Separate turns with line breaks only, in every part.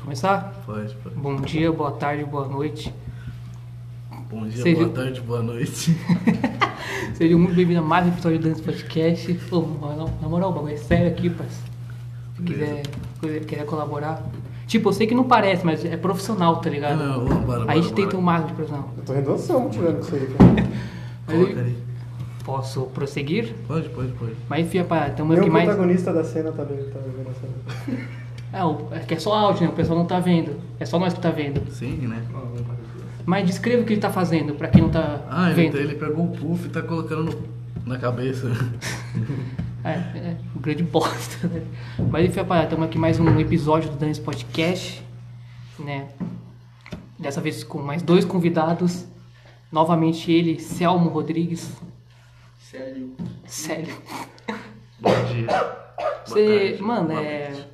começar?
Pode, pode.
Bom dia, boa tarde, boa noite.
Bom dia,
Seja-
boa tarde, boa noite.
Sejam muito bem-vindos a mais um episódio do Dance Podcast. Pô, na na moral, o bagulho é sério aqui, parceiro. Se quiser,
Beleza.
quiser- quiser colaborar. Tipo, eu sei que não parece, mas é profissional, tá ligado?
Não, não, é. bora, bora,
a gente
bora.
tenta o máximo de profissional.
Eu tô redação tirando isso aí, cara.
Mas
Coloca
eu-
aí.
Posso prosseguir?
Pode, pode, pode.
Mas enfim, rapaz, tamo
Nem
aqui
o
mais.
um protagonista da cena tá vendo, tá vendo essa.
É, o- é que é só áudio, né? O pessoal não tá vendo. É só nós que tá vendo.
Sim, né?
Mas descreva o que ele tá fazendo, pra quem não tá
Ah, ele,
vendo.
tá- ele pegou o puff e tá colocando no- na cabeça.
É, é, um grande bosta, né? Mas enfim, rapaziada, estamos aqui mais um episódio do Dance Podcast, né? Dessa vez com mais dois convidados. Novamente ele, Selmo Rodrigues.
Sério.
Sério.
Bom dia.
Você,
tarde,
mano,
boa
é.
noite.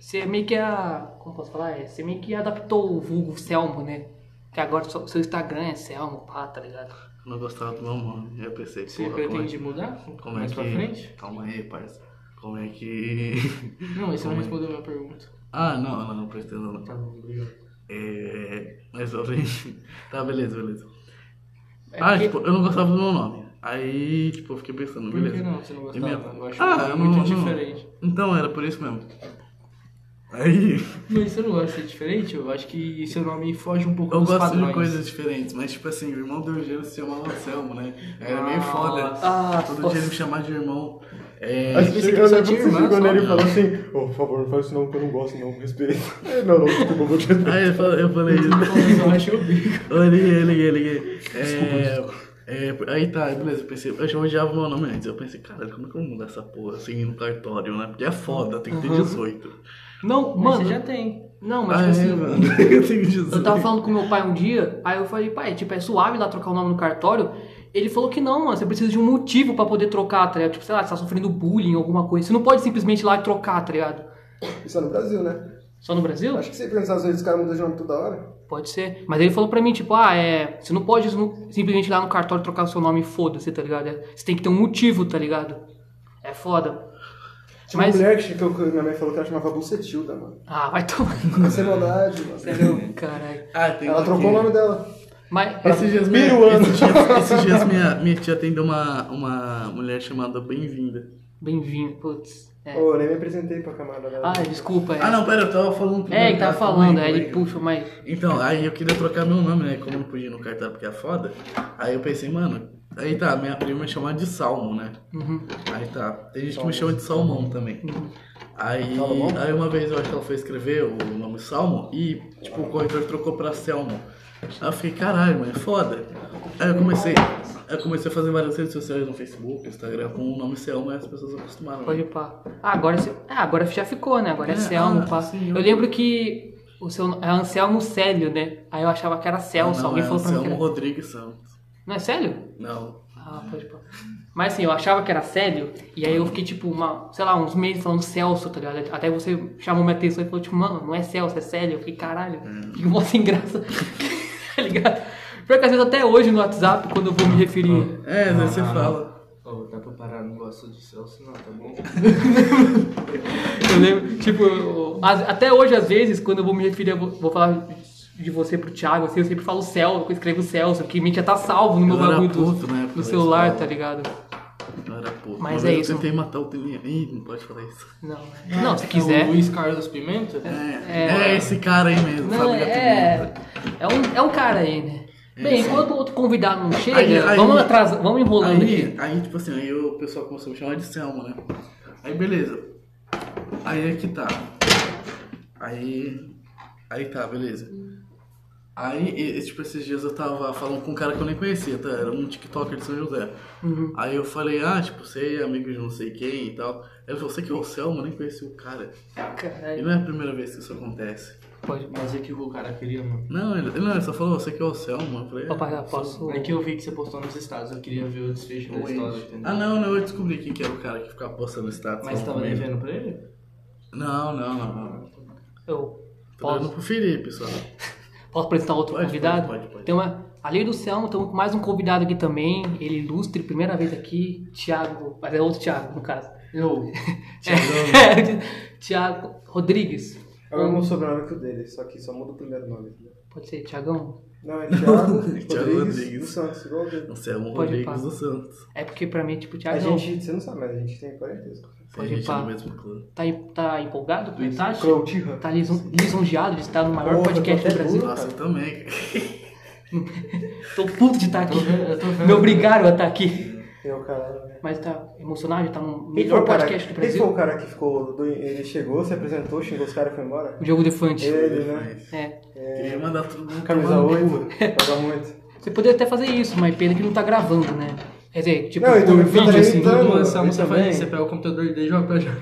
Você meio que a. Como posso falar? É, Você meio que adaptou o vulgo Selmo, né? Que agora o seu Instagram é Selmo, pá, tá ligado?
Eu não gostava do meu nome. Eu pensei,
Você
porra, como é,
pretende mudar?
como é
mais
que...
pra frente?
Calma aí, parça. Como é que...
Não, você não
Como é?
respondeu a minha pergunta.
ah, não, não, não pretendo não.
Tá bom, obrigado.
É... Mas eu... tá, beleza, beleza.
É
ah,
porque-
tipo, eu não gostava do meu nome. Aí, tipo, eu fiquei pensando,
Por
beleza.
que não? Você não
E minha-
gostava? Eu acho
é
Ah,
muito
não, não.
diferente.
Então, era por isso mesmo. Aí,
Mas você não gosta de ser diferente? Eu acho que seu nome foge um pouco
eu
dos
gosto
padrões.
de coisas diferentes, mas tipo assim, o irmão do Eugênio se chamava Selmo, né? Era meio
Nossa.
foda.
Ah,
Todo
nossa.
dia ele me chamar de irmão. É,
Aí você
pensei que
chegou,
só
lembra
tinha
que você
irmã,
chegou
só.
nele e falou assim: Ô, por favor, não faz isso não, porque eu não gosto, não, respeito. É, não, desculpa, vou te respeitar.
Aí eu falei, eu falei
Mas eu acho que eu vi.
Eu liguei, liguei, liguei. É, é, aí tá, beleza, eu pensei, eu já odiava o meu nome antes. Eu pensei, cara, como é que eu vou mudar essa porra assim no cartório, né? Porque é foda, tem que ter 18.
Não,
Mas
mano.
você já tem.
Não, mas
Ah,
tipo
é,
assim.
mano, eu tenho 18.
Eu tava falando com meu pai um dia, aí eu falei, pai, tipo, é suave lá trocar o nome no cartório. Ele falou que não, mano, você precisa de um motivo pra poder trocar, tá ligado? Tipo, sei lá, você tá sofrendo bullying, alguma coisa. Você não pode simplesmente ir lá e trocar, tá ligado?
Isso é no Brasil, né?
Só no Brasil?
Acho que sempre nos Estados Unidos os caras mudam de nome toda hora.
Pode ser. Mas ele falou pra mim, tipo, ah, é. Você não pode snu- simplesmente ir lá no cartório trocar o seu nome e foda-se, tá ligado? É, você tem que ter um motivo, tá ligado? É foda.
Tinha
Mas-
uma mulher que, que eu- que minha mãe falou que ela chamava Bucetilda, mano.
Ah, vai tomar.
Sem maldade, mano.
Sério, caralho.
Ah, tem
Ela
um
trocou o
aqui.
nome dela.
Mas.
Esses dias, minha,
Peruano.
esses dias, esses dias minha, minha tia atendeu uma, uma mulher chamada Bem-vinda.
Bem-vindo, putz. É.
Ô, eu nem me apresentei pra camada dela.
Ah, desculpa, é.
Ah, não, pera, eu tava falando com
é, ele tava
tá, calma
falando,
aí,
aí ele
calma aí.
puxa, mas.
Então, aí eu queria trocar meu nome, né? Como eu não podia ir no cartão porque é foda. Aí eu pensei, mano, aí tá, minha prima me chamava de Salmo, né?
Uhum.
Aí tá. Tem gente que me chama de Salmão também. Aí,
Salomão?
aí uma vez eu acho que ela foi escrever o nome Salmo e, tipo, o corretor trocou pra Selmo. Aí eu fiquei, caralho, mano, é foda. Aí eu comecei, aí eu comecei a fazer várias redes sociais no Facebook, Instagram, com o nome Selmo e as pessoas acostumaram. né?
Pode pá. Ah, agora, você- ah, agora já ficou, né? Agora é,
É,
Selmo,
ah,
pá.
sim,
eu...
eu-
lembro que o seu é Anselmo Célio, né? Aí eu achava que era Celso,
Não,
alguém
é
falou pra mim. que
Selmo
era-
Rodrigues Santos.
Não é Célio?
Não.
Ah, pode pá. Mas assim, eu achava que era Célio, e aí eu fiquei tipo, uma, sei lá, uns meses falando Celso, tá ligado? Até você chamou minha atenção e falou, tipo, mano, não é Celso, é Célio. Eu fiquei, caralho,
É.
que mó sem graça. tá ligado? Pior que às vezes até hoje no WhatsApp, quando eu vou me referir.
É, às vezes você
Ah.
fala.
Ô, dá pra parar, não gosto de Celso não, tá bom?
Ah.
Eu lembro, tipo, eu- as- até hoje, às vezes, quando eu vou me referir, eu vou, vou falar de você pro Thiago, assim, eu sempre falo Celso, eu escrevo Celso, que minha já tá salvo no meu
Eu era
bagulho do,
puto, né,
do
pela
celular,
escola.
tá ligado?
Eu era pouco.
Mas
Uma vez
é isso.
Eu tentei matar o Teninha. Ih, não pode falar isso.
Não, não se
O
quiser.
Luiz Carlos Pimenta?
É, é esse cara aí mesmo,
Não,
sabe?
é,
da
é,
pimenta.
um, é um cara aí, né? Bem, enquanto o outro convidado não chega,
É. Aí- aí-
vamos atrasar, vamos enrolando aqui.
Aí, aí, tipo assim, aí o pessoal começou a me chamar de Selma, né? Aí, beleza. Aí é que tá. Aí. Aí tá, beleza. Aí, e- e, tipo, esses dias eu tava falando com um cara que eu nem conhecia, tá? Era um TikToker de São José.
Uhum.
Aí eu falei, ah, tipo, você é amigo de não sei quem e tal. Ele falou, você que é o Selma, nem conheci o cara. E
Caralho,
não é a primeira vez que isso acontece.
pode.
Mas é que o cara queria, mano.
Não, ele, não, ele só falou, você que é o Selma. Eu falei,
Papai, eu posso.
É que eu vi que você postou nos estados, eu queria ver o desfecho da
Oi.
história, entendeu?
Ah, não, não, eu descobri quem que era o cara que ficava postando status.
Mas
lá
você tava
comigo.
devendo pra ele?
Não, não, não.
Eu
Tô
posso.
dando pro Felipe só.
Posso apresentar outro
Pode,
convidado?
pode, pode, pode.
Tem uma, além do Selmo, estamos com mais um convidado aqui também. Ele ilustre, primeira vez aqui. Thiago, mas é outro Thiago, no caso.
Eu.
Thiago, Thiago Rodrigues.
É o
um
mesmo sobrenome que o dele, só que só muda o primeiro nome.
Pode ser Tiagão?
Não, é Thiago
Thiago
Rodrigues
Rodrigues.
do Santos, igual o dele.
Você é um
Pode ir
Rodrigues
pra-
do Santos.
É porque pra mim é tipo
A
Tiagão.
gente, você não sabe, mas a gente tem parentesco.
Tem
Pode ir
gente
pra-
no mesmo clã.
Tá, em- tá empolgado com a taxa?
Cloutinho.
Tá liso- lisonjeado de estar no maior
Porra,
podcast do
tô até
Brasil?
burro.
Nossa, eu também.
Tô puto de estar aqui.
Eu tô vendo.
Me obrigaram a estar aqui.
Meu caralho, né?
Mas tá emocionado, tá no
Quem
melhor
foi É o cara-
podcast do
Quem foi
Brasil.
o cara que ficou. do- Ele chegou, se apresentou, xingou os caras e foi embora?
O jogo defante.
Ele, né?
É.
Queria mandar todo mundo
Camisa
tomar no
8,
cu.
joga muito.
Você poderia até fazer isso, mas pena que não tá gravando, né? Quer dizer, tipo,
Não, então
por
eu
vídeo
falei,
assim.
então-
Quando lançar a
eu
música,
também.
faz- você pega o computador dele e joga pra jogar.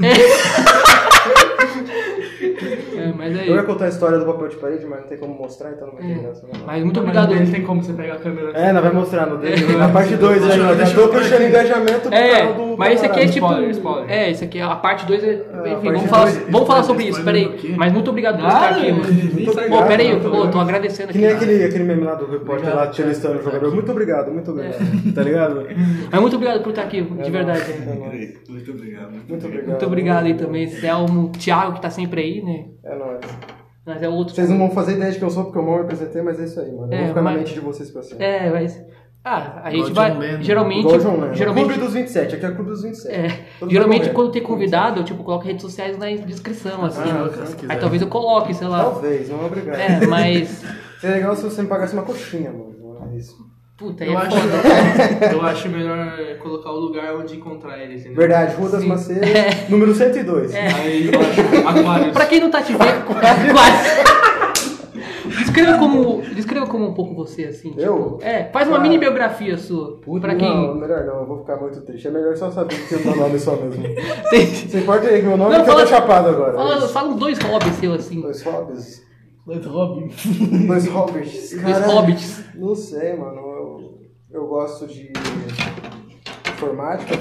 É, mas aí.
Eu ia contar a história do papel de parede, mas não tem como mostrar, então não vai ter graça. Não.
É
Mas muito obrigado.
Ele tem como você pegar a câmera.
É, não vai mostrar no dele.
É.
Na parte 2 aí, né?
Deixa eu-
ó, já
deixa
tô
eu-
puxando engajamento pro canal
É,
do
mas esse aqui é
camarada.
tipo.
Spoiler, spoiler.
É, esse aqui, é- a parte 2 é.
a
Enfim,
parte
vamos falar,
dois,
vamos falar
spoiler,
sobre isso,
spoiler do
peraí.
quê?
Mas muito obrigado por estar aqui, mano.
nem sabe
Pô,
obrigado,
peraí,
muito
pô, tô
obrigado.
agradecendo
Que nem
aqui.
aquele, aquele meme lá do repórter lá, te listando o jogador. Muito obrigado, muito obrigado. Tá ligado?
Mas muito obrigado por estar aqui, de verdade.
É nóis.
Muito obrigado.
Muito obrigado.
Muito obrigado então. aí também, Selmo, Thiago, que tá sempre aí, né?
É nóis.
Mas é outro.
Vocês não vão fazer ideia de que eu sou porque eu mal me apresentei, mas é isso aí, mano. Eu
É,
vou ficar
mas-
na mente de vocês pra sempre.
É, mas. Ah, a gente
John
vai.
Lennon.
Geralmente.
Igual o John Lennon. Clube
Geralmente.
dos 27, aqui é o Clube dos 27.
É,
Todo
geralmente
mundo
quando tem
ganha.
convidado, eu tipo, coloco redes sociais na descrição, assim.
cara, se quiser.
aí talvez eu coloque, sei lá.
Talvez, não obrigado.
É, mas.
Seria legal se você me pagasse uma coxinha, mano. É isso.
Puta, aí
Eu
é
acho,
foda.
eu acho melhor colocar o lugar onde encontrar ele, entendeu?
Verdade, Rua das
Sim. É.
Macedas, número 102.
Aí eu acho Aquários.
Pra quem não tá te vendo, quase. Descreva como, descreva como um pouco você, assim. tipo,
Eu?
é, faz uma
Ah.
mini biografia sua. pra
Não,
quem.
melhor não, eu vou ficar muito triste. É melhor só saber que o meu nome só mesmo.
Sim.
Você importa aí que meu nome
Não,
é que eu tô
fala-
chapado agora.
Fala, fala uns dois hobbies seus, assim.
Dois hobbits.
Mas Robin.
Dois hobbits.
Dois hobbits.
Não sei, mano. Eu, eu gosto de informática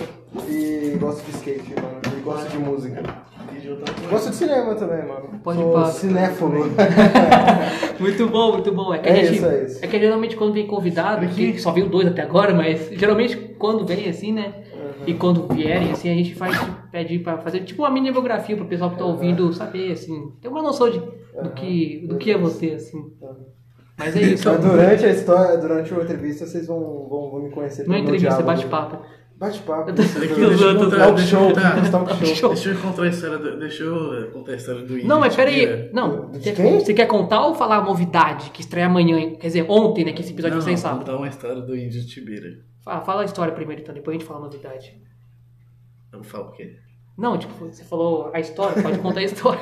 e gosto de skate, mano. E gosto de música. Gosto de cinema também, mano.
Pode
Sou
pá.
cinéfalo.
Muito bom, muito bom. É que, a
É
gente,
isso, é isso.
é que geralmente quando vem convidado, que só veio dois até agora, mas geralmente quando vem assim, né? E quando vierem, assim, a gente faz, pede pra fazer tipo uma mini biografia pro pessoal que tá ouvindo saber, assim, ter uma noção de, do, que, do que é você, assim.
Tá.
Mas é isso.
Mas durante a história, durante a entrevista, vocês vão, vão, vão me conhecer.
Não é
pelo meu
entrevista,
diálogo. né?
bate-papo.
Bate-papo.
Eu tô-
Isso,
eu tô- eu tô-
talk
deixa eu
show,
contar.
isso, talk show.
Show.
Deixa eu contar a história do. Deixa eu contar a história do Ian.
Não, mas
Tira.
peraí. Não,
De
você
quem?
você quer contar ou falar a novidade que estreia amanhã? Quer dizer, ontem, né? Que esse episódio
Não,
sai
vou
sábado.
contar uma história do índio Tibira.
Fala, fala a história primeiro, então, depois a gente fala a novidade.
Eu falo o quê?
Não, tipo, você falou a história, pode contar a história.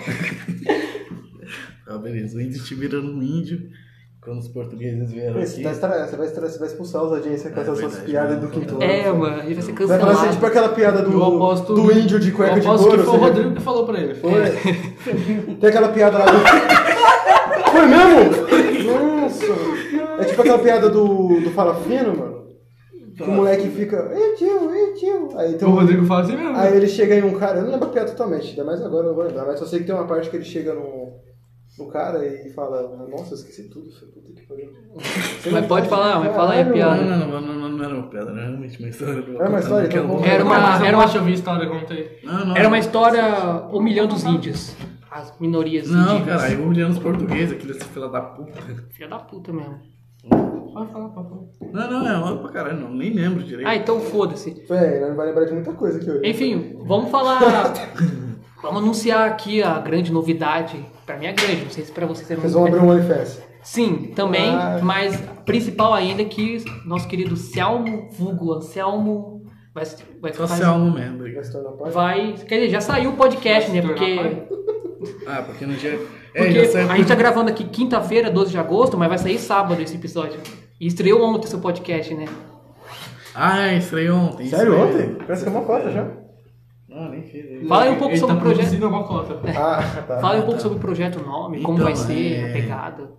Ah, beleza. O índio Tibira era um índio. Quando os portugueses vieram
Você,
aqui.
tá estra- você vai, estra- você vai expulsar os audiências com
É
essas suas
verdade,
piadas
mano.
do quinto
É,
ano.
mano, ele vai ser
Vai parecer
cancelado.
tipo aquela piada do,
Eu aposto-
do índio de cueca
eu
de
aposto
couro.
que foi o
você já-
Rodrigo que falou pra ele.
Foi. Tem aquela piada lá do. Foi mesmo? Nossa! É tipo aquela piada do, do Fala Fino, mano. Que o moleque fica. Ei, tio, ei, tio. Aí, tem
Então o
um-
Rodrigo fala assim mesmo.
aí ele chega em um cara. Eu não lembro a piada totalmente, ainda mais agora eu não vou lembrar. Mas só sei que tem uma parte que ele chega no, no cara e fala: Nossa, eu esqueci tudo. filho, Puta que pariu.
Mas pode falar, mas fala aí a
Caralho,
piada.
Não, não, não, não, não, não era uma pedra, não era realmente uma história. eu vou
Era uma
contar
história,
naquela
então
outra.
Era uma-
Mas eu
era
não
uma-
acho que eu vi a história, contei.
é um Não, não,
Era uma
não.
história humilhando os índios. As minorias
Não,
indígenas.
cara, eu olhando os portugueses, aqueles fila da puta.
Filha da puta mesmo.
Pode falar, pode falar.
Não, não, é uma pra caralho, não, nem lembro direito.
Ah, então foda-se.
Véi, não vai lembrar de muita coisa que eu.
Enfim, vamos falar. vamos anunciar aqui a grande novidade. Pra mim é grande, não sei se pra vocês é
Vocês vão abrir um OnlyFans.
Sim, também,
Ah.
mas principal ainda é que nosso querido Selmo, vulgo Anselmo, vai, vai,
Só
faz- um-
se alma mesmo. obrigado.
Vai se tornar pai?
vai. Quer dizer, já saiu o podcast, né?
Vai se
Porque,
tornar
Ah, porque não tinha. É,
porque
já saiu
a gente tá gravando aqui quinta-feira, 12 de agosto, mas vai sair sábado esse episódio. E estreou ontem seu podcast, né?
Ah, é, estreou ontem.
Sério,
estreou.
ontem? Parece que é uma cota já.
Não, nem fiz. ele.
Fala aí um pouco
Ele
sobre
tá
o projeto.
produzindo uma cota.
Ah, tá.
Fala aí um pouco sobre o projeto, o nome, como
Então,
vai ser,
é-
a pegada.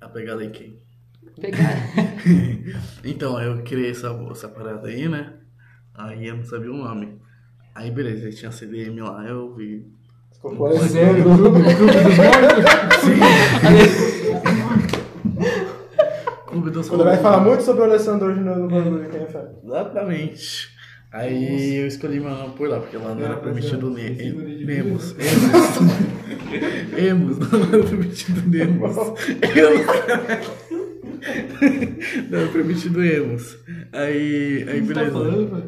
A pegada em quem?
Pegada.
Então, eu criei essa, essa parada aí, né? Aí eu não sabia o nome. Aí beleza, aí tinha CDM lá, eu vi.
Ficou quase
Sério?
todo mundo.
Clube dos
Quando vai
Romanos.
falar muito sobre o Alessandro hoje no no Bruno Henrique, né, Fábio?
Exatamente. Aí eu escolhi meu nome por lá, porque lá não era
Era
permitido
pra ser-
ne-
seguro de
Nemos. Emos. Emos, não era permitido Nemos. Emos. Não era permitido Emos. Aí, aí
tá
tá
beleza.
né?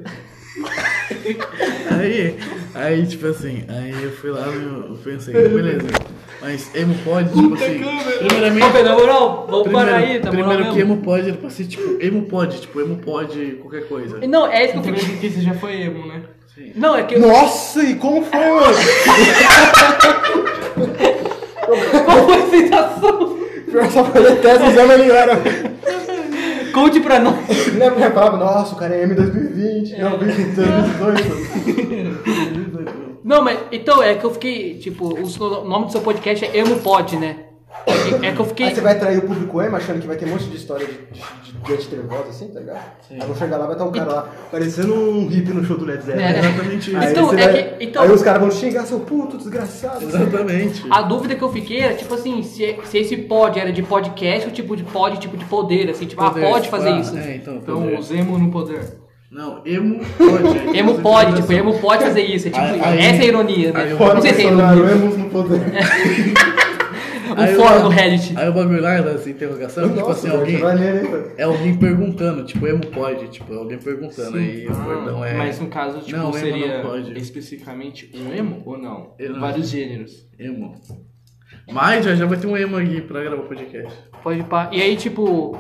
Aí, aí, tipo assim, aí eu fui lá e eu pensei, beleza. Mas emo pode, tipo assim. Primeiramente.
Ô, na moral, vamos parar aí, tá
primeiro
moral
que é
mesmo.
emo pode era pra ser tipo, emo pode, tipo, emo pode qualquer coisa.
Não, é isso que eu fico.
Primeiro que você já foi emo, né?
Não, é que eu.
Nossa, e como foi, mano?
Qual foi a sensação?
Pior só fazer teste, mas ela ele era.
Conte pra nós.
Não é pra falar, nossa, o cara é M 2020, não, 2022, mano.
Não, mas então é que eu fiquei, tipo, o seu- o nome do seu podcast é Emo Pod, né? É que- É que eu
Ah,
fiquei.
Aí você vai trair o público emo achando que vai ter um monte de história de, de, de gente trevosa, assim, tá ligado? Aí vão chegar lá, vai estar um cara lá, parecendo um hippie no show do Led Zeppelin.
É.
Exatamente isso.
Aí,
Então,
você
é
vai-
que- então-
aí os caras vão xingar seu puto, desgraçado.
Exatamente.
A dúvida que eu fiquei era, tipo assim, se, se esse pod era de podcast ou tipo de pod, tipo de poder, assim, tipo,
Poder,
ah, pode fazer
ah,
isso. um-
É, então,
Então,
poder.
os emo no poder.
Não, emo pode.
Emo pode, tipo, emo pode fazer isso. É, tipo,
Aí- aí-
essa é a ironia, né?
aí eu-
Não sei se é
Bolsonaro,
ironia.
emos no poder.
É. Um fórum no Reddit.
Aí o bagulho lá dessa interrogação, tipo
Nossa,
um
assim,
velho,
alguém.
você vai ler, né, velho?
É alguém perguntando, tipo, emo pode, tipo, alguém perguntando. Aí o bordão é.
Ah,
um-
Mas no caso, tipo,
Não, emo
seria
não pode.
especificamente um emo ou não?
Eu não.
Vários gêneros.
Emo. Mas já, já vai ter um emo aqui pra gravar o podcast.
Pode pá. E aí, tipo.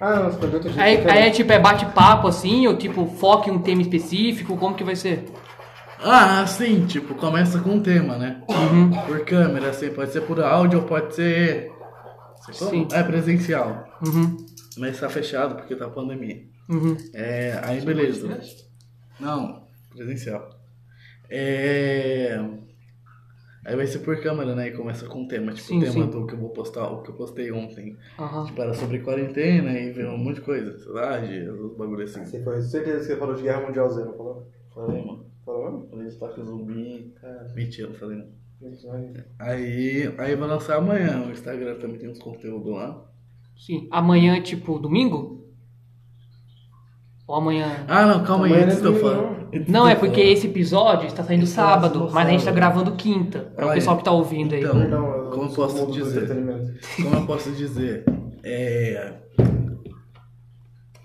Ah, nossa, perdeu outro jeito.
Aí,
tá
aí é tipo, é bate-papo assim, ou tipo, foca em um tema específico, como que vai ser?
Ah, sim, tipo, começa com um tema, né?
Uhum.
Por câmera, assim, pode ser por áudio ou pode ser.
Sim.
É presencial.
Uhum.
Mas tá fechado porque tá pandemia.
Uhum.
É, aí beleza. Não, presencial. É. Aí vai ser por câmera, né? E começa com o tema. Tipo,
Sim,
o tema
sim.
do que eu vou postar, o que eu postei ontem.
Aham.
Tipo, era sobre quarentena e veio um monte de coisa. Cidade, os bagulho assim.
Você foi certeza que você falou de Guerra Mundial Z, não falou?
Falei, mano.
Falou mesmo?
Falei de toque zumbi.
Cara,
Mentira, não falei não.
gente, vai-
Aí, aí vai lançar amanhã. O Instagram também tem uns conteúdos lá.
Sim. Amanhã, tipo, domingo? Ou amanhã.
Ah, não, calma aí.
Amanhã
Antes de
não
eu
é
falar. antes de
Não,
eu
é porque
falar.
esse episódio está saindo
Esse tá
sábado,
saindo
mas a gente tá
sábado.
gravando quinta, para o
Olha,
pessoal que tá ouvindo aí.
então.
Perdão, eu
Como
sou
posso
do mundo do
dizer?
entretenimento.
Como eu posso dizer? É.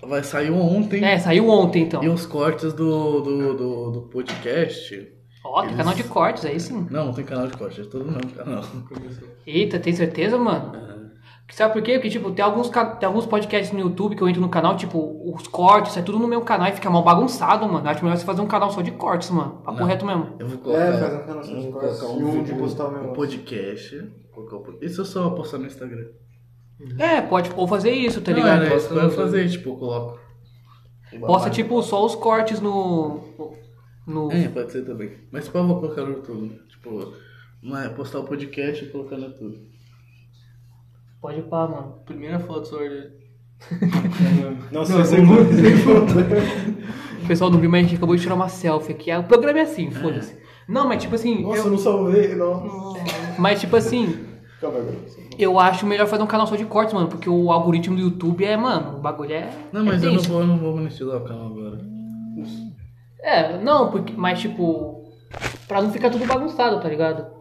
Vai sair um ontem.
É, saiu ontem então.
E os cortes do, do, do, do podcast.
Ó, tem
eles-
canal de cortes, aí sim.
Não, não tem canal de corte, é todo não, canal.
Eita, tem certeza, mano?
É.
Sabe por quê? Porque, tipo, tem alguns, ca- tem alguns podcasts no YouTube que eu entro no canal, tipo, os cortes, é tudo no meu canal e fica mal bagunçado, mano. Acho melhor você fazer um canal só de cortes, mano. Papo
Não.
reto mesmo.
Eu vou colocar.
É, faz um
eu
canal de
vou
cortes
colocar
e um de
vídeo,
postar o
um
mesmo.
podcast. vou colocar o pod- Isso eu só postar no Instagram.
É, pode ou fazer isso, tá
não,
ligado?
era isso que eu ia fazer, tipo, eu coloco.
Posta, tipo, só os cortes no. no...
É, pode ser também. Mas tipo, eu vou colocar no YouTube. né? Tipo, mas postar o podcast e colocar no YouTube.
Pode pá, mano.
Primeira foto sua dele.
Não, segundo.
O pessoal do Prima, a gente acabou de tirar uma selfie aqui. Ah, O programa é assim, foda-se. Não, mas tipo assim.
Nossa,
eu-
eu não salvei, não.
Mas tipo assim.
Calma aí.
Eu acho melhor fazer um canal só de cortes, mano, porque o algoritmo do YouTube é, mano, o bagulho é.
Não, mas
é
eu não
tenso.
vou, eu não vou monetizar o canal agora.
É, não, porque, mas tipo. Pra não ficar tudo bagunçado, tá ligado?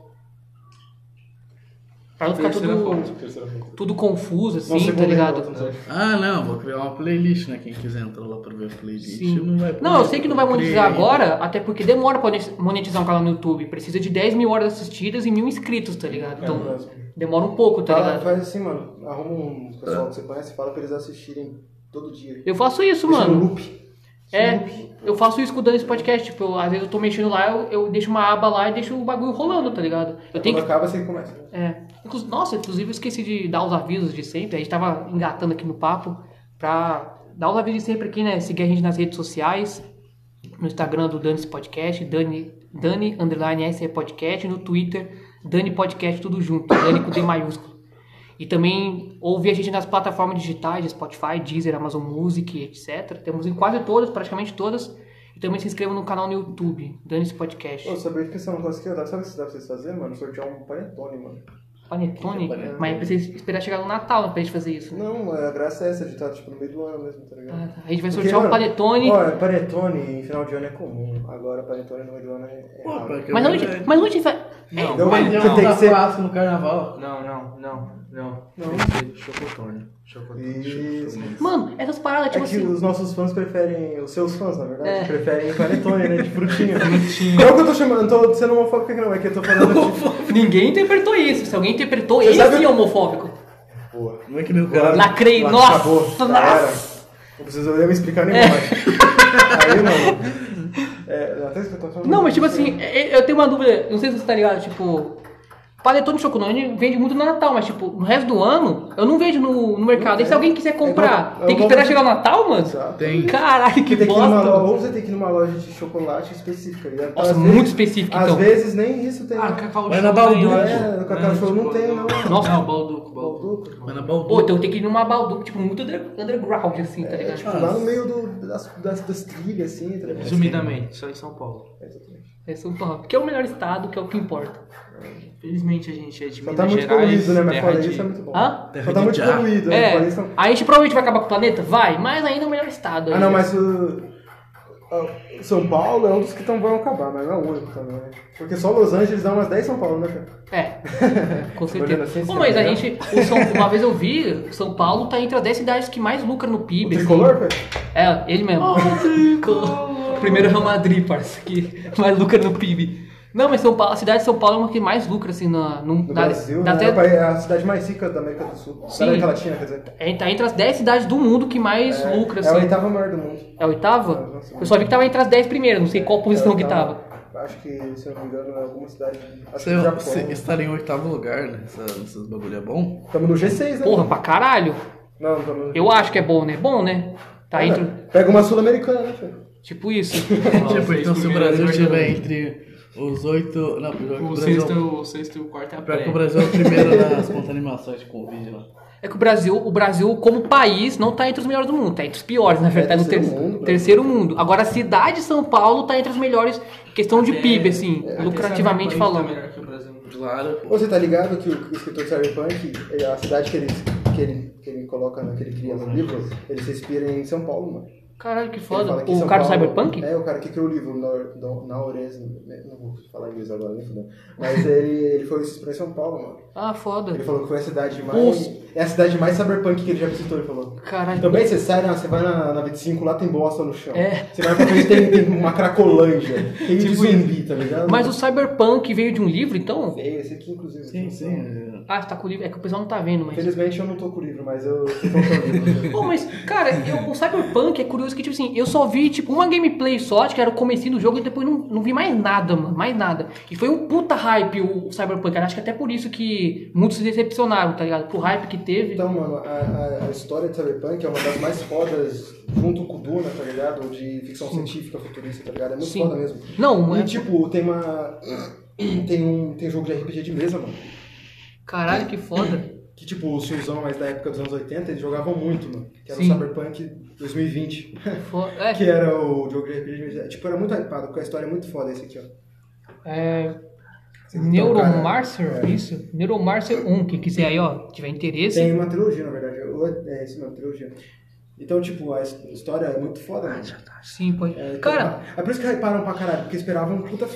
Pra não ficar
Terceira
tudo,
Terceira vez.
tudo confuso,
Não,
assim, tá
segunda né?
ligado?
vez, não, não sei.
Ah, não, vou criar uma playlist, né? Quem quiser entrar lá pra ver a playlist.
Sim.
Não, vai
Não, eu sei que não vai
Eu criei.
monetizar agora, até porque demora pra monetizar um canal no YouTube. Precisa de 10 mil horas assistidas e mil inscritos, tá ligado?
É,
Então,
mas-
demora um pouco, tá
Fala,
ligado?
faz assim, mano. Arruma um pessoal que você conhece e fala pra eles assistirem todo dia.
Eu faço isso,
Deixa no
mano.
loop.
É, eu faço isso escutando esse podcast. Tipo, eu- às vezes eu tô mexendo lá, eu, eu deixo uma aba lá e deixo o bagulho rolando, tá ligado? Eu tenho
Quando
que.
acaba, você começa.
É. Inclu- Nossa, inclusive eu esqueci de dar os avisos de sempre. A gente tava engatando aqui no papo pra dar os avisos de sempre aqui, né? Seguir a gente nas redes sociais, no Instagram do Dani Podcast, Dani, Dani underline SE Podcast, no Twitter, Dani Podcast, tudo junto, Dani com D maiúsculo. E também ouvir a gente nas plataformas digitais, Spotify, Deezer, Amazon Music, etc. Temos em quase todas, praticamente todas. E também se inscreva no canal no YouTube, Dani Podcast.
Pô, sabia que esse é um negócio que eu dava. Sabe o que dá pra vocês fazerem, mano? Sortear um panetone, mano.
Panetone?
Panetone.
Mas eu preciso esperar chegar no Natal pra gente fazer isso. né?
Não, a graça é essa de estar tipo, no meio do ano mesmo, tá ligado?
Ah, tá. A gente vai
Porque,
sortear um
mano,
panetone.
Olha, panetone em final de ano é comum. Agora panetone no meio do ano é. é
Pô,
raro.
pra que
Mas
eu-
onde, mas onde a gente vai.
Não,
Não,
Mas
mas
não,
você tem que ser.
Páscoa tá no carnaval.
não, não, não, não.
Não.
Tem que ser Chocotone. Chocotone.
Isso.
Mano, essas paradas,
É
tipo
que
assim.
os nossos fãs preferem, os seus fãs, na verdade,
É.
preferem panetone, né? De frutinha. Não é o que eu tô chamando, não tô sendo homofóbico aqui não, é que eu tô falando de...
Ninguém interpretou isso. Se alguém interpretou,
Você
ele
sabe-
sim é homofóbico.
Boa.
Não é que nem o
Agora-
cara.
Lacrei,
Lá-
nossa,
acabou, já
nossa.
era. Não precisa nem me explicar
É.
nenhuma mais. Aí não. É, até isso que eu tô falando.
Não, mas tipo assim, é- é- eu tenho uma dúvida, não sei se você tá ligado, tipo. Panetone de chocolate vende muito no Natal, mas tipo, no resto do ano, eu não vejo no, no mercado. E se alguém quiser comprar,
É igual-
tem que
é
esperar
igual-
chegar o Natal, mano?
Exato.
Tem.
Caralho, que
Tem que ir numa
bosta.
loja,
mano.
ou você tem que ir numa loja de chocolate específica. e
Nossa,
às
muito
vezes-
específica,
Às
então.
vezes nem isso tem.
Ah, Cacau
Vai na
Show
Balduco.
tem, né?
É, no Cacau Show não tem, não. né?
Nossa.
Não, Balduco, Balduco.
Balduco.
Mas na Baldu.
Pô, então tem que ir numa balduca, tipo, muito under- underground, assim, tá ligado?
Tipo, lá no meio do- das, das, das trilhas, assim, tá ligado?
Resumidamente, só em São Paulo.
É, exatamente.
É São Paulo, que é o melhor estado, que é o que importa.
Felizmente a gente é de
Só
Minas
tá muito
Gerais.
poluído, né? Mas
terra
fora
de-
isso é muito bom.
Hã?
Só tá muito
Terra de já.
poluído, né?
É,
Fora isso é um-
a gente provavelmente vai acabar com o planeta? Vai, mas ainda é o melhor estado.
Ah,
aí.
não, mas o. a- São Paulo é um dos que tão, vão acabar, mas não é o único também, né? Porque só Los Angeles dá umas 10 São Paulo, né, cara?
É, com
olhando
certeza.
assim,
Pô,
você
mas
tá
a
ligado?
gente, o São- uma vez eu vi, o São Paulo tá entre as 10 cidades que mais lucra no
O
PIB. assim.
tricolor, cara?
É, ele mesmo. O Primeiro é o Madrid, parça, que mais lucra no PIB. Não, mas São Paulo, a cidade de São Paulo é uma que mais lucra, assim, na, no,
No
dá-
Brasil,
dá
né?
até-
É o país- é a cidade mais rica da América do Sul.
Sim.
Da América Latina, quer dizer.
é, tá entre as 10 cidades do mundo que mais
É,
lucra,
é a
assim.
oitava maior do mundo.
É a
É,
oitava?
nossa,
Eu só vi que tava entre as 10 primeiras, não sei qual posição
É a
que
oitava.
tava.
Acho que, se eu não me engano, é alguma cidade. Acho que
Você, é um-
no Japão.
você estaria em oitavo lugar, né? Essa- Esses bagulho é bom.
Tamo no G6, né?
Porra, pra caralho.
Não, não tamo no É,
Eu acho que é bom, né? Bom, né? Tá entre.
Pega uma sul-americana, né, cara?
Tipo isso.
tipo,
seis
então se o
primeiros
Brasil
lugares
estiver
não.
entre os oito. Não, pior que o
O
Brasil.
sexto, o sexto e o quarto é a
Pior que o
pré.
Brasil é o primeiro nas contas animações com o vídeo lá.
É que o Brasil, o Brasil, como país, não tá entre os melhores do mundo, tá entre os piores, na verdade. no ter-
terceiro mundo, né? Brasil.
terceiro mundo. Agora, a cidade de São Paulo tá entre os melhores, questão
É,
de PIB, assim,
é,
lucrativamente falando.
Tá melhor que o Brasil.
Claro, pô.
Você tá ligado que o escritor Cyberpunk, ele- a cidade que ele, que ele, que ele coloca, né, que ele cria no livro, ele se inspira em São Paulo, mano.
Caralho, que
Ele fala
foda.
que
O
São
cara do
Paulo-
Cyberpunk?
É, o cara que criou o livro, Nor- Don- Naures. né, Não vou falar inglês agora, nem fudendo. Mas ele, ele foi isso pra São Paulo, mano.
Ah, foda.
Ele falou que foi a cidade mais.
Nossa.
É a cidade mais cyberpunk que ele já visitou, ele falou.
Caralho.
Também você sai, né, você vai na, na 25, lá tem bosta no chão.
É. Tipo
Você vai pra frente, tem, tem uma cracolândia. Tem de zumbi, tá ligado?
Mas o Cyberpunk veio de um livro, então?
É, esse aqui, inclusive.
Sim,
então,
sim.
Ah, tá com o livro. É que o pessoal não tá vendo, mas.
Infelizmente eu não tô com o livro, mas eu tô com o livro.
Pô, mas, cara, eu- o Cyberpunk é curioso que, tipo assim, eu só vi, tipo, uma gameplay só, acho que era o comecinho do jogo, e depois não, não vi mais nada, mano, mais nada. E foi um puta hype o, o Cyberpunk, cara. Acho que até por isso que muitos se decepcionaram, tá ligado? Pro hype que teve.
Então, mano, a, a- a história de Cyberpunk é uma das mais fodas, junto com Duna, tá ligado? De ficção científica, futurista, tá ligado? É muito
Sim.
foda mesmo.
Não,
e,
é...
tipo, tem uma... Tem um tem jogo de RPG de mesa, mano.
Caralho, que foda.
Que, tipo, os tiozão mais da época dos anos 80, eles jogavam muito, mano. Que era
Sim.
o Cyberpunk 2020.
Fo- É,
que era o jogo de RPG de mesa. Tipo, era muito hypado, porque a história é muito foda esse aqui, ó.
é...
Você tem que
Neuromancer,
trocar, né?
isso? Neuromancer 1, quem quiser aí, ó, tiver interesse.
Tem uma trilogia, na verdade. Ou é- É isso mesmo, trilogia. Então, tipo, a his- história é muito foda,
Ah,
mano.
Sim, pode.
É, então,
Cara,
É por isso que hyparam pra caralho, porque esperavam um puta.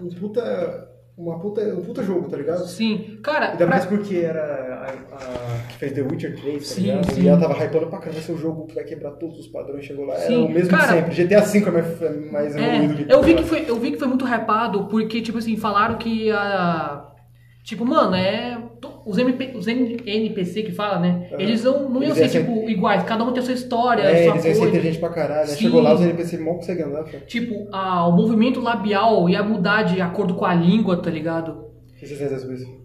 Um puta. Uma puta. Um puta jogo, tá ligado?
sim. Cara,
Ainda
pra-
mais porque era a, a que fez The Witcher 3, tá
Sim,
ligado?
sim.
E ela tava hypando pra caralho, vai ser o jogo que vai quebrar todos os padrões, chegou lá.
Sim,
Era o mesmo
cara.
de sempre. GTA V é mais, é mais evoluído
É, eu vi que foi, eu vi que foi muito hypado, porque, tipo assim, falaram que a. Tipo, mano, é. to- Os, MP, os N- NPC que fala, né?
Aham.
Eles não, não iam
Eles
ser,
iam ser-
tipo, iguais, cada um tem a sua história,
É,
a
eles
sua
iam
coisa.
ser inteligentes pra caralho. né?
Sim.
Chegou lá, os NPC mal conseguem andar, cara.
Tipo, a- o movimento labial ia mudar de acordo com a língua, tá ligado?
O que vocês têm a dizer sobre isso?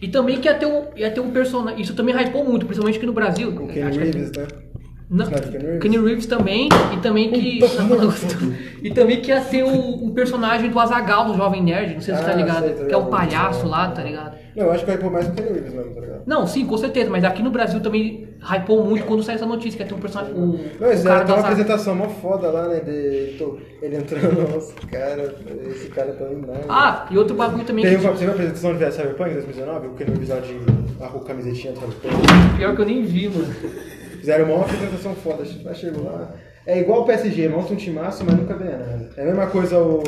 E também que ia ter um, ia ter um personagem. Isso também hypou muito, principalmente aqui no Brasil.
O Ken
Acho que-
Reeves, né?
Não,
Não, Keanu Reeves.
Kenny Reeves também, e também que. e também que ia ser o, o personagem do Azagal do Jovem Nerd, não sei se você tá
Ah,
ligado.
sei, tá
que é o
ligado.
palhaço lá, tá ligado?
Não, eu acho que vai pôr mais um Kenny Reeves mesmo, tá ligado?
Não, sim, com certeza, mas aqui no Brasil também hypou muito quando saiu essa notícia, que ia ter um personagem. O,
Não, é, eles
o cara tá
deram
do
uma
Azaghal.
apresentação mó foda lá, né? De, tô- ele entrando, nossa, cara, esse cara tá demais.
Ah, e outro bagulho também
Tem um
que.
uma, você viu a apresentação do Cyberpunk 2019? O Kenny Reeves lá de lá com camisetinha Cyberpunk.
Pior que eu nem vi, mano.
Fizeram uma apresentação foda, mas chegou lá. É igual o PSG, monta um timaço, mas nunca ganha nada. É a mesma coisa o,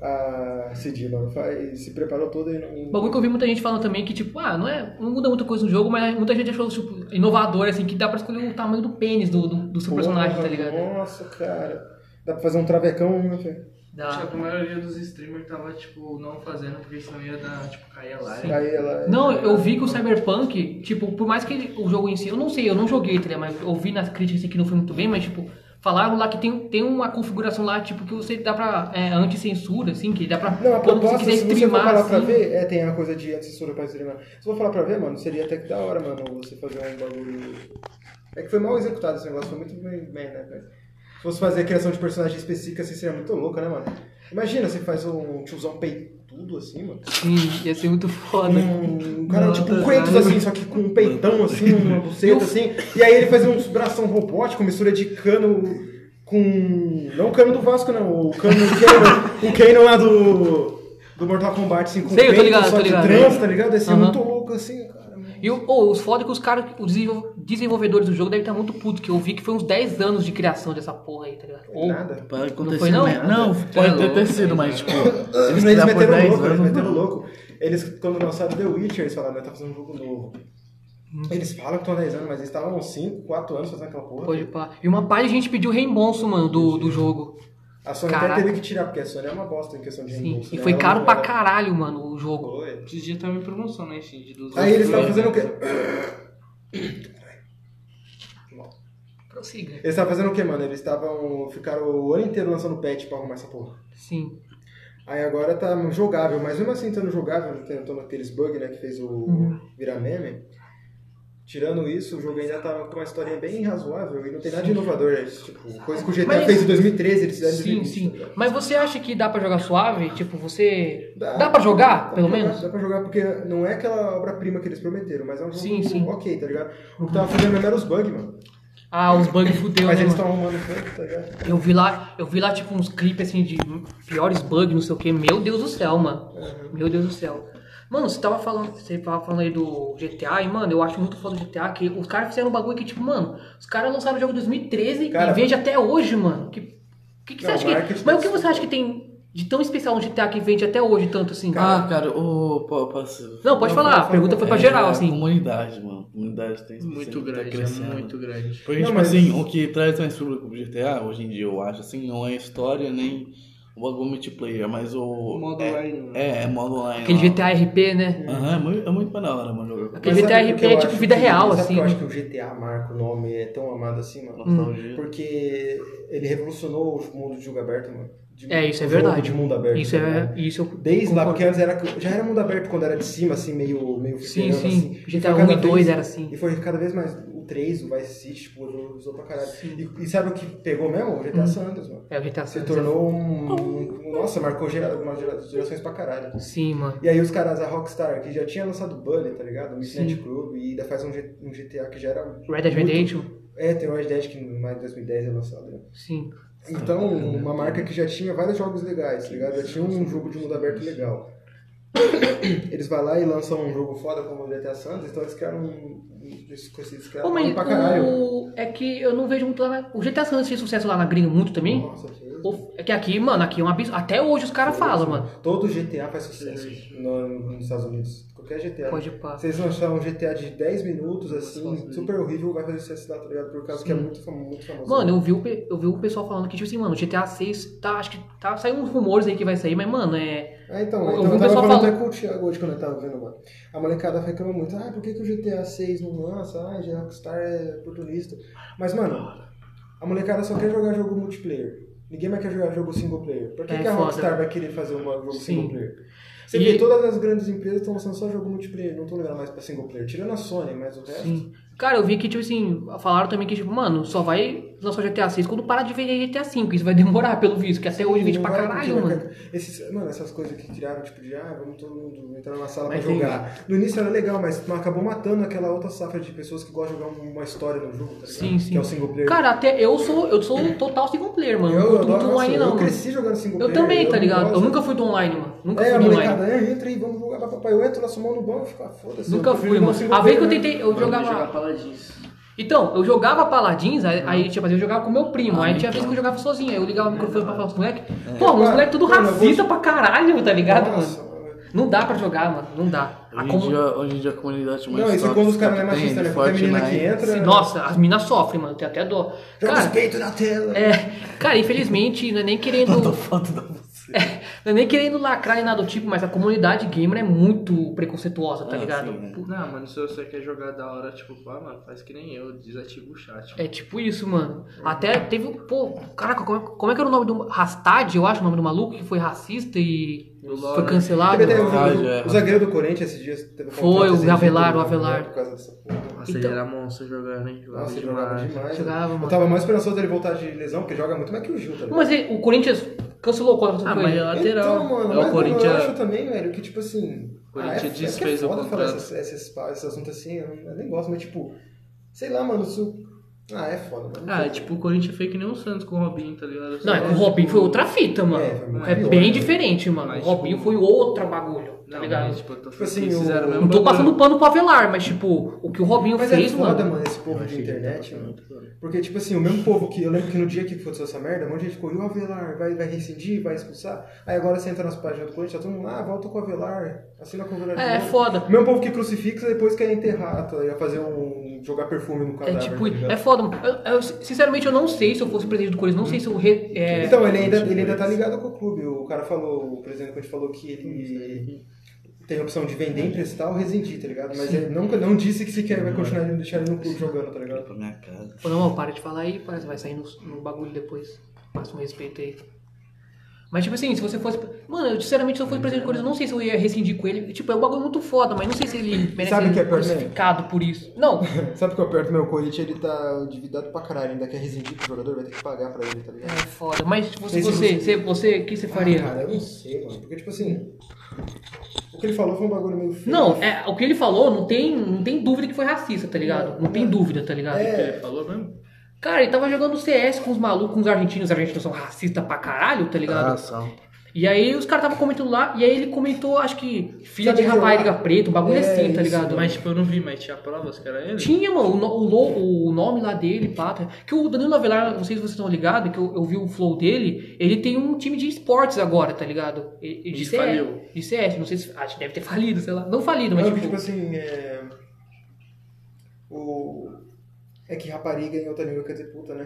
a, a CD, mano. Faz- se preparou todo um e
O
não.
Um bagulho que eu vi muita gente falando também que, tipo, ah, não é. Não muda muita coisa no jogo, mas muita gente achou, tipo, inovador, assim, que dá pra escolher o tamanho do pênis do, do, do seu
Porra,
personagem, tá ligado?
Nossa, cara. Dá pra fazer um travecão, né? velho?
Dá.
Tipo, a maioria dos streamers tava, tipo, não fazendo, porque senão ia dar, tipo, cair a live.
Aí ela.
Não, eu vi que o Cyberpunk, tipo, por mais que ele- o jogo em si, eu não sei, eu não joguei, tá ligado? Mas eu vi nas críticas assim, que não foi muito bem, mas, tipo, falaram lá que tem, tem uma configuração lá, tipo, que você dá pra. É, anti-censura, assim, que dá pra.
Não, a
quando
proposta, se você for falar pra
assim,
ver, é, tem a coisa de antecessora pra streamar. Se for falar pra ver, mano, seria até que da hora, mano, você fazer um bagulho. É que foi mal executado esse negócio, foi muito bem, bem, né? Mas se fosse fazer a criação de personagem específica, assim, seria muito louca, né, mano? Imagina, você faz um tiozão peitudo assim, mano.
Sim, ia ser muito foda.
Um cara
Não,
tipo
tá
um Kratos
errado.
assim, só que com um peitão assim, uma buceta assim. E aí ele fazia uns bração robótico, mistura de cano com. Não o cano do Vasco, não. O cano o Kano, o Kano lá do. Do Mortal Kombat, assim, com
Sei, eu tô
peito,
ligado, tô
só de
ligado.
trans, tá ligado? Ia ser
Aham.
muito louco assim, cara.
E o- ô, os foda é que os caras, os desenvol- desenvolvedores do jogo devem estar muito putos, que eu vi que foi uns 10 anos de criação dessa porra aí, tá ligado? Ou-
Nada.
Pode acontecer,
Não foi, não?
mas- Não,
é
pode ter
louco.
tecido, mas tipo.
Eles,
criaram por
meteram
10
louco, eles
anos, né?
meteram
não.
louco. Eles, quando lançaram The Witcher, eles falaram, nós tá fazendo um jogo novo.
Uhum.
Eles falam que estão 10 anos, mas eles estavam uns 5, 4 anos fazendo aquela porra.
Pode pá. E uma pá de gente pediu reembolso, mano, do, do jogo.
A Sony
Caraca.
até teve que tirar, porque a Sony é uma bosta em questão de
Sim.
reembolso.
E
né?
foi
Ela
caro
não
pra
era-
caralho, mano, o jogo.
Foi.
Esses dias tava em promoção, né, gente? De 200
Aí eles estavam
reais.
fazendo o quê?
Prossiga.
Eles estavam fazendo o quê, mano? Eles estavam. Ficaram o ano inteiro lançando patch pra arrumar essa porra.
Sim.
Aí agora tá jogável, mas mesmo assim estando jogável, tentando aqueles bugs, né, que fez o
Uhum.
virar meme. Tirando isso, o jogo ainda tá com uma historinha bem razoável e não tem nada de inovador. É, tipo, coisa que o GTA
Mas-
fez em 2013, eles fizeram em
Sim,
2020,
sim.
tá ligado?
Mas você acha que dá pra jogar suave? Tipo, você.
Dá.
Dá pra jogar,
Dá
pelo
pra jogar,
menos?
Dá pra jogar, porque não é aquela obra-prima que eles prometeram, mas é um jogo
Sim, sim.
ok, tá ligado? O que tava fazendo mesmo era os bugs, mano.
Ah, os bugs fudeu,
mas
né,
eles
mano?
estão arrumando tanto, tá ligado?
Eu vi lá, eu vi lá, tipo, uns clipes assim de piores bugs, não sei o que. Meu Deus do céu, mano. Meu Deus do céu. Mano, você tava falando, você tava falando aí do GTA, e, mano, eu acho muito foda do GTA, que os caras fizeram um bagulho que, tipo, mano, os caras lançaram o jogo em 2013
Cara,
e vende até hoje, mano. Que, que, que você
Não,
acha que.
marketing-
Mas o que você acha que tem de tão especial no GTA que vende até hoje tanto assim?
Ah, cara, ô, pô, posso.
Não, pode falar, a pergunta foi pra
É,
geral,
a
assim.
Comunidade, mano. A Comunidade tem
Muito
sempre tá
grande, é
crescendo.
muito grande.
Porque,
Não,
tipo
mas-
assim, o que traz mais público pro GTA, hoje em dia, eu acho, assim, não é história nem o bagulho multiplayer, mas o.
O modo né?
é,
online, mano.
É, é modo online.
Aquele
lá.
GTA RP, né?
Aham, é muito, é muito mais da hora, mano.
Aquele
Mas
GTA
sabe por que
RP é
eu
tipo
acho
vida
que-
real,
sabe
assim.
por que Eu acho que o GTA marca o nome, é tão amado assim, mano.
Hum.
Nostalgia.
Porque ele revolucionou o mundo de jogo aberto, mano. De-
É, isso é
jogo
verdade.
de mundo aberto.
Isso
tá ligado?
é. Isso eu
Desde lá,
concordo.
porque antes era, já era mundo aberto quando era de cima, assim, meio, meio
Sim,
fliperama,
sim.
assim.
GTA
foi cada
1 e 2
vez-
era assim.
E foi cada vez mais o 3, o Vice City, tipo, evoluiu pra caralho. E, e sabe o que pegou mesmo? O GTA San Andreas, mano.
É o GTA
Se
San
tornou um... um- Nossa, marcou gera, uma gera- gerações pra caralho.
assim. Sim, mano.
E aí os caras, a Rockstar, que já tinha lançado Bully, tá ligado? O Midnight Club, e ainda faz um, G- um GTA que já era...
Red Dead
muito-
Redemption?
É, tem o Red Dead que mais em 2010 é lançado, né?
Sim.
Então, uma marca que já tinha vários jogos legais, tá ligado? Já tinha um jogo de mundo aberto legal. Eles vão lá e lançam um jogo foda como o GTA Santos, então eles criaram um. Eles
Pô,
criaram
mas
pra caralho.
o... é que eu não vejo muito lá na... O GTA San Andreas fez sucesso lá na gringa muito também.
Nossa, que-
Ou- É que aqui, mano, aqui é um abismo. Até hoje os caras falam, mano.
Todo GTA faz sucesso no- nos Estados Unidos. Qualquer GTA.
Pode pá.
Se eles lançarem um GTA de 10 minutos, assim, super horrível, vai fazer sucesso lá, tá ligado? Por causa que é muito, fam- muito famoso.
Mano, eu vi, o, pe- eu vi o pessoal falando que, tipo assim, mano, GTA 6 tá, acho que tá, saiu uns rumores aí que vai sair, mas, mano, é...
Ah, então,
Eu
então
vi
eu,
o
tava
pessoal
falando
falando.
até com o Thiago hoje quando eu tava vendo, mano. A molecada reclama muito, ah, por que, que o GTA 6 não lança? Ah, a Rockstar é oportunista. Mas, mano, a molecada só quer jogar jogo multiplayer. Ninguém mais quer jogar jogo single player. Por que,
É
que a
foda.
Rockstar vai querer fazer um jogo
Sim.
single player? Você
E-
vê, todas as grandes empresas estão lançando só jogo multiplayer, não estão ligando mais pra single player. Tirando a Sony, mas o resto.
Sim.
Cara, eu vi que, tipo assim, falaram também que, tipo, mano, só vai lançar o GTA VI quando parar de vender GTA V. Isso vai demorar, pelo visto, que até hoje vende
Não
pra
vai
caralho,
continuar,
mano.
cara. Esses, mano, essas coisas que criaram, tipo, de ah, vamos todo mundo entrar numa sala
Mas
pra jogar. No início era legal, mas acabou matando aquela outra safra de pessoas que gostam de jogar uma história no jogo, tá ligado?
Sim, sim.
Que é o single player.
Cara, até eu sou, eu sou um total single player, mano. não curto
adoro-
muito
nossa,
online,
eu
não. mano.
cresci jogando single
Eu
player.
também, tá
não
ligado? Eu
gosto.
nunca fui do online, mano. Nunca
É, a
fui do online.
molecada, é, entra aí, vamos jogar papai. Eu entro lá, sou mão no banco, fica foda-se.
Nunca
eu prefiro
fui,
jogar
mano.
single
A vez que eu
player, né?
tentei, eu jogava.
jogar paladins.
Então, eu jogava paladins, aí, aí tipo, eu jogava com meu primo,
Ah,
aí tinha vez que eu jogava sozinho, aí eu ligava o microfone pra falar com os moleques. Pô, os
Cara,
moleques tudo
É. mano, eu vou
racista pra caralho, tá ligado,
Nossa,
mano?
mano.
Não dá pra jogar, mano, não dá. A
Hoje, em
comu-
dia, hoje em dia a comunidade mais
Não, isso
tóxica
quando os caras não é
que tem
machista,
de
né? Porque a menina que
Fortnite-
entra.
Se- Nossa, as minas sofrem, mano, tem até dó.
Joga os
Cara,
peitos na tela.
é, cara, infelizmente, não é nem querendo. não é nem querendo lacrar nem nada do tipo, mas a comunidade gamer é muito preconceituosa, tá
Ah,
ligado?
sim, né?
Pu-
Não, mano, se você quer jogar da hora, tipo, pá, mano, faz que nem eu, desativa o chat.
É tipo isso, mano. Até teve. um- Pô, caraca, como é, como é que era o nome do. Rastad, eu acho, o nome do maluco, que foi racista e.
Do LOL,
foi
né?
cancelado.
Teve até um o-
Verdade, é.
O zagueiro do Corinthians esses dias teve um
Foi,
contrato
o
exigido,
Avelar, o
né,
Avelar.
Por causa dessa porra.
Nossa,
Então-
ele era monstro jogando, hein? Jogava
Nossa, ele jogava demais.
Jogava,
né?
mano.
Eu tava mais esperançoso dele voltar de lesão, porque joga muito mais que o Gil, tá ligado?
Mas ele- o Corinthians cancelou o contrato
Ah,
com
mas
ele.
é lateral.
Então, mano,
é o
mas, mano, eu
Corinthians.
acho também, velho, que tipo assim.
Corinthians
ah, é- é que
desfez
é
o
foda falar
contrato.
esses, esses, esses assuntos assim, eu não- eu nem gosto, mas tipo. Sei lá, mano, isso. Ah, é foda, mano.
Ah, é tipo, o Corinthians foi que nem o Santos com o Robinho, tá ligado? tipo,
Não, é que o Robinho foi outra fita, mano.
É, foi muito
É,
pior,
bem
né?
diferente, mano.
Mas,
o Robinho
tipo,
foi outra bagulho, tá
Não,
ligado?
mas, tipo, eu tô
Tipo assim,
eles fizeram
o-
o mesmo
não tô
bagulho.
passando pano pro Avelar, mas tipo, o que o Robinho
Mas é
fez,
foda,
mano.
mano, esse povo de internet, mano. Porque, tipo assim, o mesmo povo que. Eu lembro que no dia que aconteceu essa merda, um monte de gente ficou, e o Avelar? Vai, vai rescindir? Vai expulsar? Aí agora você entra nas páginas do Corinthians, tá todo mundo, ah, volta com o Avelar, assina com o Avelar. de
É, é
novo."
foda.
O mesmo povo que crucifica depois quer enterrar, tá, ia fazer um. jogar perfume no
É
cadáver.
tipo,
tá ligado?
é foda, mano. Eu- eu, sinceramente, eu não sei se eu fosse presidente do Corinthians, não sei se eu. Re, é,
Então, ele ainda, ele ainda tá ligado com o clube. O cara falou, o presidente do Corinthians falou que ele tem a opção de vender, emprestar ou rescindir, tá ligado? Mas ele nunca não disse que sequer vai continuar ele deixar ele no clube jogando, tá
Pra
ligado?
minha casa.
Ô, não, para de falar aí, parece que vai sair no, no bagulho depois. Passa um respeito aí. Mas, tipo assim, se você fosse. Mano, eu sinceramente, se eu fosse presidente do Corinthians, eu não sei se eu ia rescindir com ele. Tipo, é um bagulho muito foda, mas não sei se ele merece
Sabe o que é
ser
pior, né?
crucificado por isso. Não,
Sabe o que eu aperto meu Corinthians? Ele tá endividado pra caralho, ainda quer rescindir pro jogador, vai ter que pagar pra ele, tá
é
ligado?
foda. Mas tipo, se
Esse
você,
não-
se você, o que você
Ah,
faria?
cara, eu não sei, mano. Porque, tipo assim, o que ele falou foi um bagulho meio feio.
Não, é, o que ele falou não tem, não tem dúvida que foi racista, tá ligado? Não tem dúvida, tá ligado?
É.
Ele falou mesmo?
Cara, ele tava jogando CS com os malucos, com os argentinos. Os argentinos são racistas pra caralho, tá ligado?
Ah.
Ação.
E aí os caras estavam comentando lá, e aí ele comentou, acho que filha
Sabe
de
que
rapariga
eu-
preta, um bagulho
É,
assim, tá
isso,
ligado?
Mas,
Mas
tipo, eu não vi, mas tinha provas que era ele?
tinha, mano, o, no- o lo- o nome lá dele, pata. Que o Danilo Avelar, não sei se vocês estão ligados, que eu, eu vi o flow dele, ele tem um time de esportes agora, tá ligado? E- e De
Ele
CS,
faliu.
De CS, não sei se. Acho que deve ter falido, sei lá. Não falido, mas
Não,
tipo.
tipo assim, é. O. É que rapariga em outra língua quer dizer puta, né?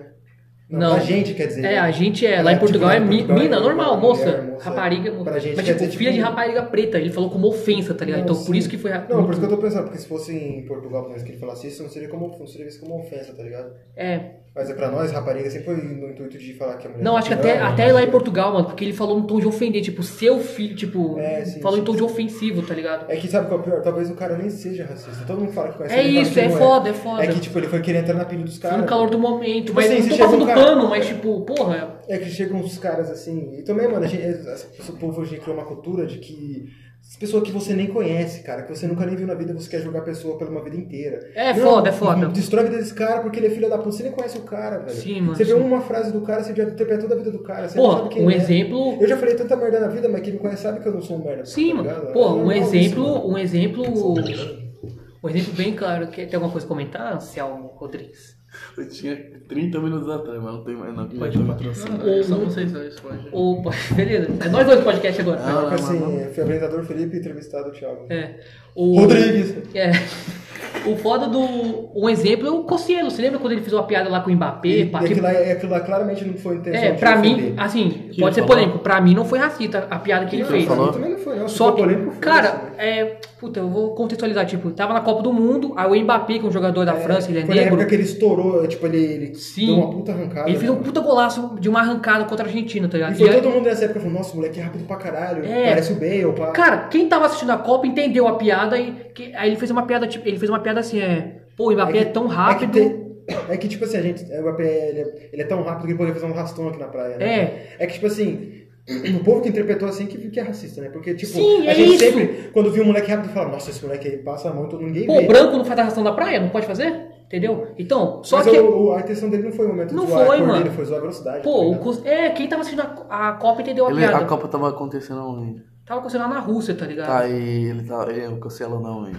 Não.
Pra gente quer dizer.
É, a gente é.
É,
Lá em
tipo,
Portugal
lá
é
em
mi-
Portugal é
mina,
normal,
normal,
mulher,
moça,
moça.
rapariga.
Pra gente
mas
quer
tipo,
dizer, tipo,
filha de rapariga preta, ele falou como ofensa, tá ligado?
Não,
então
sim.
por isso que foi.
Não, por isso que eu tô pensando, porque se fosse em Portugal, por exemplo, que ele falasse isso, não seria, como, não seria visto como ofensa, tá ligado?
É,
Mas é pra nós, rapariga, sempre foi no intuito de falar que a mulher.
Não,
tá
acho que até,
tirando,
até
né?
lá em Portugal, mano, porque ele falou num tom de ofender, tipo, seu filho, tipo,
É, sim,
falou em
sim,
tom de ofensivo, tá ligado?
É que sabe qual é o pior? Talvez o cara nem seja racista. Todo mundo fala que conhece
É
ele, fala
isso,
que
é
não
foda, é foda.
É que, tipo, ele foi querer entrar na pilha dos
Foi
caras.
no calor do momento,
Tipo
mas
assim,
não
você
tô
chega
passando
um cara-
pano, mas tipo, porra,
É que chegam uns caras assim. E também, mano, a gente, esse povo hoje criou uma cultura de que. as Pessoa que você nem conhece, cara, que você nunca nem viu na vida, você quer julgar a pessoa pela uma vida inteira.
É foda, é foda.
Destrói a vida desse cara porque ele é filho da puta. Você nem conhece o cara, velho.
Sim, mano,
Você vê
sim.
uma frase do cara, você já interpreta toda a vida do cara. Você não
porra,
sabe quem
um
é.
exemplo.
Eu já falei tanta merda na vida, mas quem me conhece sabe que eu não sou um merda.
Sim,
tá
mano.
ligado?
Pô,
É
um
normal isso, mano. Tá
exemplo, um exemplo. Um exemplo bem claro. Quer ter alguma coisa a comentar, Anselmo Rodrigues?
Eu tinha 30 minutos atrás, mas não tem mais não.
Pode falar.
Não, eu só vocês dois podem.
Opa, beleza. É nós dois no podcast agora.
Ah,
Coloca
não,
assim,
não,
é, apresentador Felipe e entrevistado Thiago.
É. O,
Rodrigues.
É. O foda do. um exemplo é o Cossielo. Você lembra quando ele fez uma piada lá com o Mbappé?
E,
pá,
e
que-
aquilo, lá, e aquilo lá claramente não foi intenção.
É,
de
pra mim,
ofender.
assim,
Que
pode ser
ele falou?
polêmico. Pra mim não foi racista a piada que ele
Pra mim
fez.
falou?
também não foi, não. Se
Só
for
que,
polêmico, foi, assim.
cara, é. Puta, eu vou contextualizar. Tipo, tava na Copa do Mundo, aí o Mbappé, que é um jogador da França, ele é
Foi na
negro.
época que ele estourou, tipo, ele, ele
Sim.
deu uma puta arrancada.
Ele fez um
né?
puta golaço de uma arrancada contra a Argentina, tá
E
ligado?
foi
E aí-
todo mundo nessa época falando, nossa, o moleque é rápido pra caralho,
É.
parece o Bale, pá.
Cara, quem tava assistindo a Copa entendeu a piada e que- aí ele fez uma piada, tipo, ele fez uma piada assim, é. Pô, o Mbappé é,
que-
tão
É que,
rápido.
tem- é que, tipo assim, a gente. é, O Mbappé, ele, é- ele é tão rápido que ele poderia fazer um rastão aqui na praia, né?
É.
É que, tipo assim, o povo que interpretou assim que, que é racista, né? Porque, tipo,
Sim,
a
é
gente
isso.
sempre, quando viu um moleque rápido, fala, nossa, esse moleque aí passa a mão e todo ninguém
Pô,
vê.
o branco não faz a ração da praia? Não pode fazer? Entendeu? Então, só
Mas
que.
o- o- a intenção dele não foi o momento
Não
de zoar
foi,
a cor
mano.
dele, foi zoar a velocidade. tá
Pô, o
ligado?
cons- é, quem tava assistindo a, a Copa entendeu a
Ele-
piada.
a Copa tava acontecendo onde?
Tava acontecendo lá na Rússia, tá ligado?
Tá, e ele tá. Ele o Cancelo não, onde?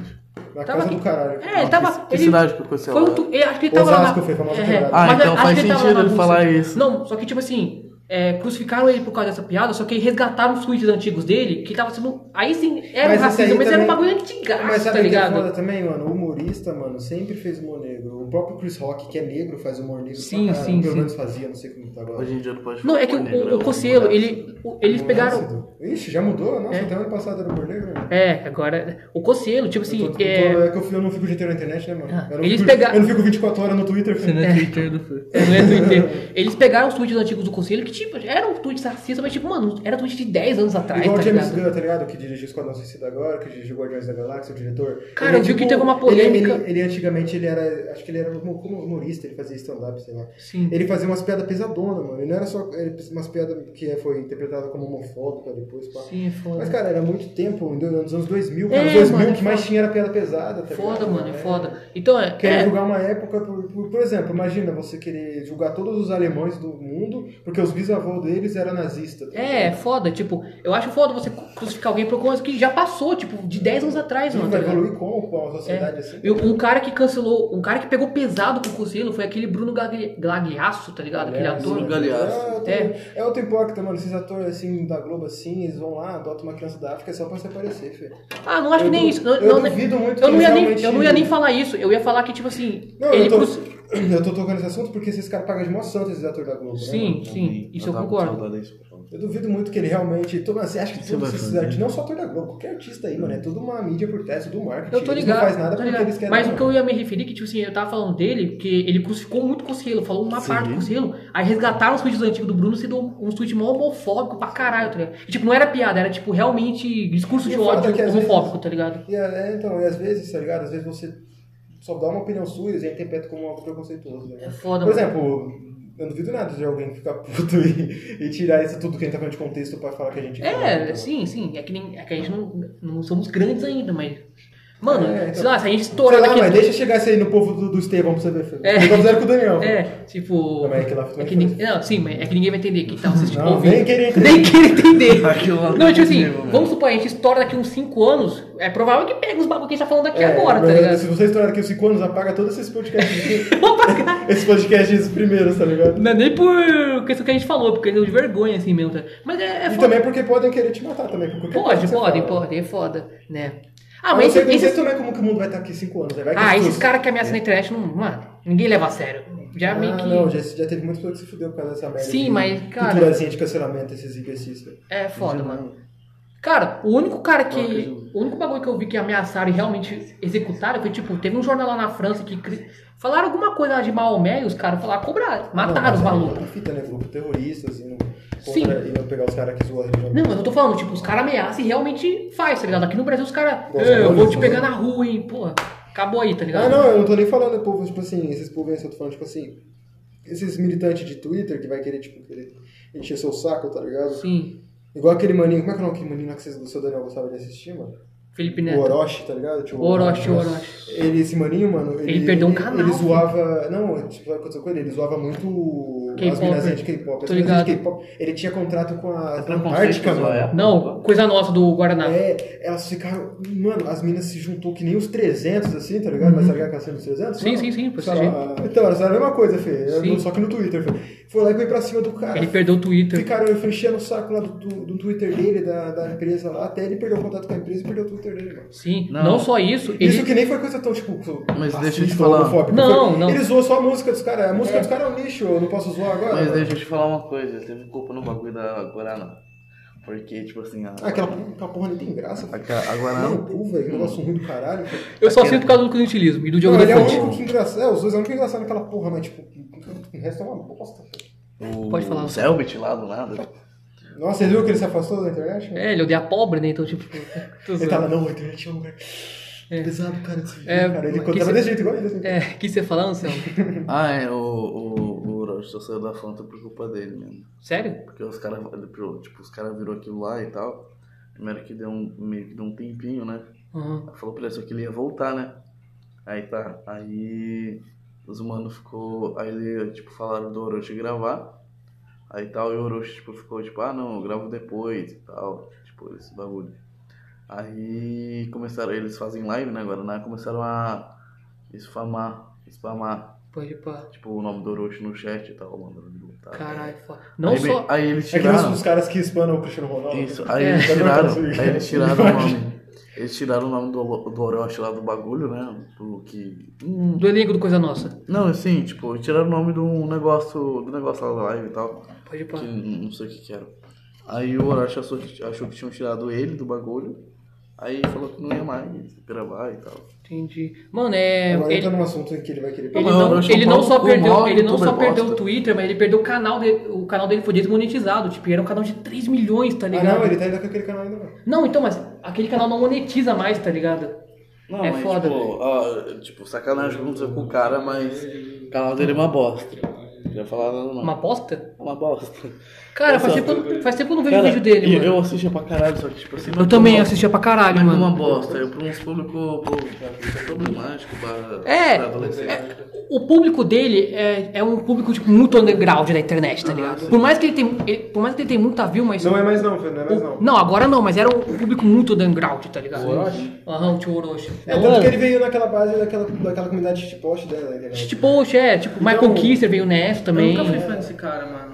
na
tava
casa
aqui-
do caralho.
É, ele tava.
que
ele-
cidade que o é? Cossielo
Foi um
era?
tu- eu acho que ele tava lá.
Osasco,
na-
foi famosa
É,
quebrada.
Ah,
mas
então
acho
faz
que ele tava
sentido
lá na
ele falar
Rússia.
isso.
Não, só que tipo assim, é, crucificaram ele por causa dessa piada, só que aí resgataram os tweets antigos dele, que tava sendo. Aí sim, era
Mas
um
isso
racismo,
aí
mas era um
também-
bagulho antigaço,
Mas sabe
tá
o que é
ligado?
foda também, mano? O humorista, mano, sempre fez humor negro. O próprio Chris Rock, que é negro, faz humor negro. pra
Sim,
caralho.
sim,
Pelo
sim.
menos fazia, não sei como tá agora.
Hoje em dia não pode
Não, é que
falar
o,
negro,
o,
é
o Cossielo,
mulher.
ele, o- eles
Humor
pegaram.
ácido. Ixi, já mudou? Nossa,
É.
até ano passado era humor negro, né?
É, agora. O Cossielo, tipo assim.
Eu tô-
é,
eu tô- é que eu, fui- eu não fico o dia inteiro na internet, né, mano?
Ah,
eu, não
eles
fico,
pega-
eu não fico 24 horas no Twitter.
Você não é Twitter do Fê.
É, não é Twitter. Eles pegaram os tweets antigos do Conselho, que tipo, eram tweets racistas, mas tipo, mano, era tweet de 10 anos atrás,
Igual
tá
o James
ligado?
Gunn, tá ligado? Que dirigiu Esquadrão Suicida agora, que dirigiu Guardiões da Galáxia, o diretor.
Cara,
Ele é
eu vi
tipo-
que teve uma
ele-
polêmica.
Ele, ele antigamente, ele era... Acho que ele era humo- como humorista, ele fazia stand-up, sei lá.
Sim.
Ele fazia umas piadas pesadonas, mano. Ele não era só ele- umas piadas que foi interpretada como homofóbica depois, pá.
Sim, é foda.
Mas, cara, era muito tempo, nos anos 2000, cara.
É,
Nos 2000,
mano, é
o que mais
foda.
tinha era piada pesada, tá
Foda,
ligado?
mano, é foda. Então, é.
Querer
é,
julgar uma época, por, por, por exemplo, imagina você querer julgar todos os alemães do mundo porque os bisavôs deles tá eram nazistas.
É, é foda, tipo, eu acho foda você crucificar alguém por coisa que já passou, tipo, de 10 anos atrás,
Isso
mano.
vai
tá ligado?
evoluir como com a sociedade assim?
E um cara que cancelou, um cara que pegou pesado com o Conselho foi aquele Bruno Gagli- Glagliasso, tá ligado? Aquele
Aliás,
ator.
Bruno Galeasso.
É, eu tô-
É.
é outro hipócrita, mano. Esses atores assim da Globo assim, eles vão lá, adotam uma criança da África só pra se aparecer, filho.
Ah, não acho que
Eu
nem
du-
isso. Não,
eu
não,
duvido muito que
eu não,
eles
ia nem,
realmente-
eu não ia nem falar isso. Eu ia falar que, tipo assim,
Não,
ele
eu, tô,
cruci-
eu tô tocando esse assunto porque esses caras pagam de mó santo esses atores da Globo, né? mano?
Sim, sim, isso eu
tava com
concordo.
saudade disso, por favor.
Eu duvido muito que ele realmente. Todo, você acha que
Você vai
todos esses
fazer?
artistas, não só ator da Globo, qualquer artista aí, mano, é tudo uma mídia por trás, tudo um marketing.
Eu tô
Eles
ligado.
não faz nada
tô
porque
ligado.
eles querem. um
Mas o
mano.
que eu ia me referir, que tipo assim, eu tava falando dele, que ele crucificou muito o Cossielo, falou uma
Sim.
parte do Cossielo, aí resgataram os tweets antigos do Bruno, se deu um tweet mó homofóbico pra caralho, tá ligado? E, tipo, não era piada, era tipo realmente discurso
E é
de
foda
ódio
que às
homofóbico,
vezes-
tá ligado?
E, é, então, e às vezes, tá ligado? Às vezes você só dá uma opinião sua e eles interpreta como algo preconceituoso, né?
É foda,
Por
mano.
exemplo, eu não duvido nada de alguém ficar puto e, e tirar isso tudo que a gente tá falando de contexto pra falar que a gente.
É, sim, sim. É que, nem, é que a gente não, não somos grandes ainda, mas. Mano,
É, então-
sei lá, se a gente
Sei
estourar
lá,
daqui.
mas deixa chegar isso aí no povo do, do Estevão pra você ver, filho.
É.
Eu tô fazendo com o Daniel.
É, tipo.
Não, mas é que lá foi
é que nin-
diferente.
Não, sim, mas é que ninguém vai entender que tá assistindo
Não,
ouvindo.
nem queria entender.
Nem queria entender.
Aquilo lá
não,
não
tipo assim,
entendeu, mano.
vamos supor, a gente estoura daqui uns 5 anos, é provável que pegue os bagulho que a gente tá falando aqui
É,
agora, tá
mas
ligado?
Se você estourar daqui uns 5 anos, apaga todos esses podcasts. esses podcasts primeiros, tá ligado?
Não é nem por questão que a gente falou, porque questão de vergonha assim mesmo. Tá? Mas é, é
E
foda.
também porque podem querer te matar também. por qualquer coisa que
Pode,
você
pode,
fala.
pode, é foda, né? Ah,
Ah,
mas
mas
esse,
não sei
esses,
também como que o mundo vai estar aqui 5 anos. né? Vai que
ah,
as
esses
pessoas-
caras que ameaçam na internet, não, mano, ninguém leva a sério. Já
Ah,
meio que.
não, já, já teve muita pessoa que se fudeu por causa dessa merda.
Sim,
de
mas, cara-
Culturazinha de cancelamento, esses imbecis. velho.
É foda, mano. Cara, o único cara que.
Toca junto.
O único bagulho que eu vi que ameaçaram e realmente executaram foi, tipo, teve um jornal lá na França que. cri- Falaram alguma coisa lá de Maomé e os caras falaram, cobraram, mataram os
Não, mas é
malucos.
outra fita, né? Grupo terrorista, assim. não-
Sim.
Contra, e não pegar os caras que zoam a religião.
Não, mas eu tô falando, tipo, os caras ameaçam e realmente faz, tá ligado? Aqui no Brasil os caras.
Pô,
"É, Eu vou te
mano,
pegar na rua, hein? Porra, acabou aí, tá ligado?
Ah, não, eu não tô nem falando, povo, tipo assim, esses povos aí, eu tô falando, tipo assim, esses militantes de Twitter que vai querer, tipo, querer encher seu saco, tá ligado?
Sim.
Igual aquele maninho, como é que é o nome daquele maninho lá que vocês, o seu Daniel gostava de assistir, mano?
Felipe
O
Neto.
Orochi, tá ligado? Tipo,
né? Orochi, Orochi.
Ele, esse maninho, mano, ele,
Ele perdeu um canal,
Ele
filho.
zoava. Não, tipo, sabe o que aconteceu com ele? Ele zoava muito
K-pop,
as meninas
né?
de K-pop. As
Tô
meninas de
ligado.
K-pop. Ele tinha contrato com a
É preconceito é.
Antártica,
zoar
mano.
ela.
Não, coisa nossa do Guaraná.
É, elas ficaram. Mano, as minas se juntou que nem os 300, assim, tá ligado? Mas sabe aquela cena dos 300?
Uhum. Sim,
Não.
sim, sim, pra
Só-
você ver.
Então, elas eram a mesma coisa, filho.
Sim.
Só que no Twitter, filho. Foi lá e foi pra cima do cara.
Ele perdeu o Twitter.
Ficaram enchendo o saco lá do, do, do Twitter dele, da, da empresa lá, até ele perdeu o contato com a empresa e perdeu tudo. teoria animal.
Sim.
Não.
Não, só isso. Ele...
Isso que nem foi coisa tão, tipo,
Mas
racista,
deixa eu te falar.
homofóbica.
Não,
Foi-
não.
Ele zoou só a música dos caras. A música dos caras é um lixo, eu não posso zoar agora.
Mas deixa eu te falar uma coisa, ele teve culpa no bagulho da Guaraná. Porque, tipo assim, a.
Ah, aquela, aquela porra nem tem graça. filho.
aquela- a
Não,
Guaraná.
pô, velho, que negócio ruim do caralho. cara.
Eu só
Aquele-
sinto por causa do clientelismo e do Diogo
é. Não,
da
ele é o
Fonte.
único que engraçado. É, os dois é o único engraçado naquela porra, mas tipo, o resto é uma bosta. velho.
O
Pode falar.
Selbit lá do nada.
Nossa, vocês viram que ele se afastou da internet?
É, ele odeia pobre, né? Então, tipo. tô
Ele
zoando.
tava, não, a internet é um lugar pesado, cara. desse
É,
cara. Ele
mas
contava
que se-
desse jeito igual ele. assim.
É, o que você falando, Céu?
Ah, é, o. O, o Orochi só saiu da Fanta por culpa dele mesmo.
Sério?
Porque os caras. Tipo, os caras virou aquilo lá e tal. Primeiro que deu um. Meio que deu um tempinho, né?
Aham.
Falou pra ele só que ele ia voltar, né? Aí tá, aí os humanos ficou. Aí ele, tipo, falaram do Orochi gravar. Aí tal, e o Orochi, tipo, ficou tipo, ah não, eu gravo depois e tal. Tipo, esse bagulho. Aí começaram, eles fazem live, né, agora, né? Começaram a spamar, spamar,
Pode pá.
tipo, o nome do Orochi no chat e tal, mandando ele voltar.
Caralho, foda. Não
né? aí,
só.
Aí eles
É que nem os-
tiraram.
os caras que espanam o Cristiano Ronaldo.
Isso, aí
É.
eles
Tá
tiraram,
doido,
aí eles
assim.
tiraram o nome. Eles tiraram o nome do, do Orochi lá do bagulho, né? Do que. Hum,
Do elenco do Coisa Nossa.
Não, assim, tipo, tiraram o nome do negócio. Do negócio lá da live e tal.
Pode pá.
Que n- não sei o que que era. Aí o Orochi achou, que- achou que tinham tirado ele do bagulho. Aí falou que não ia mais gravar e tal.
Entendi. Mano, é.
Agora
Ele,
entra num assunto em que ele vai querer.
ele
Não,
não,
Orochi é um
ele não
pau no
só
cu,
perdeu,
maior
ele não só
youtuber
perdeu o
bosta.
Twitter, mas ele perdeu o canal dele. O canal dele foi desmonetizado. Tipo, era um canal de 3 milhões, tá
Ah,
ligado?
não, ele tá ainda com aquele canal ainda não.
Não, então, mas aquele canal não monetiza mais, tá ligado?
Não,
É
mas,
foda,
tipo, ó, tipo, sacanagem aconteceu com o cara, mas o canal dele é uma bosta. Não ia falar nada, não.
Uma aposta?
Uma bosta.
Cara, faz
Nossa.
tempo, faz tempo que eu não vejo
Cara,
vídeo dele,
e
mano.
Eu assistia pra caralho, só que tipo assim.
Eu também assistia pra caralho,
Mas
mano.
uma bosta, eu pra uns público pô, problemático pra,
É,
pra adolescente.
é, o público dele é, é um público tipo, muito underground da internet, tá ligado? Por mais que ele tenha, ele- por mais que ele tenha muito a view, mas.
Ah, Não é mais não, filho, não é mais
o-
não.
não, agora não, mas era um público muito underground, tá ligado? Aham, o tio Orochi.
É, tanto que ele veio naquela base daquela, daquela comunidade de shitpost dela, né, da internet.
Tipo, é, tipo, Michael Kisser veio nessa
Eu
também.
nunca fui fã desse cara, mano.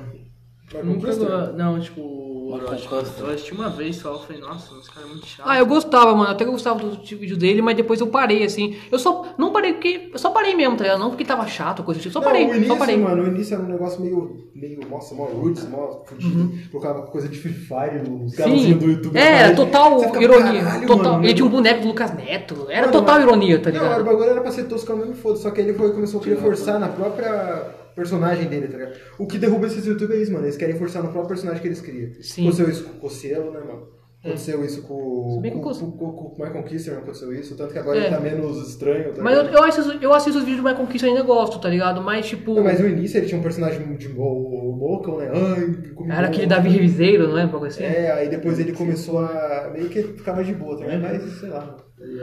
Pra
Nunca
conquistar.
go- Não, tipo, o Orochi.
Costa.
Eu assisti uma vez só, eu falei, nossa, esse cara é muito chato.
Ah, eu gostava, mano. Até que eu gostava do tipo, vídeo dele, mas depois eu parei, assim. Eu só. Não parei porque. Eu só parei mesmo, tá ligado? Não porque tava chato, coisa do tipo. Só
Não,
parei,
o início,
só parei.
mano, o início era um negócio meio, meio nossa, mó roots, mó fudido. Colocava coisa de Free Fire nos
Uhum. Sim.
galãozinhos do YouTube.
É,
Mas
total
você ficava,
ironia.
"Caralho,
total,
mano,
ele tinha um
mano."
boneco do Lucas Neto. Era
Mano,
total
mas-
ironia, tá
Não, era- o
ligado?
bagulho era pra ser tosco mesmo, foda Só que ele foi, começou a querer forçar na própria personagem dele, tá ligado? O que derruba esses youtubers é isso, mano. Eles querem forçar no próprio personagem que eles criam.
Sim. É.
Aconteceu isso com o Cocielo, né, mano? Aconteceu isso com,
Se bem que o
com,
Coce-
com, com, com o Michael Kisser, não aconteceu isso. Tanto que agora
É.
ele tá menos estranho, tá
Mas eu,
ligado?
eu, assisto, eu assisto os vídeos do Michael Kiss ainda gosto, tá ligado? Mas tipo.
Não, Mas no início ele tinha um personagem de mo- o Mocão, né? Ai, comi
Era
mocão.
aquele Davi Reviseiro, não é? Um pouco assim.
É, aí depois ele começou a meio que ficar mais de boa também, mas sei lá.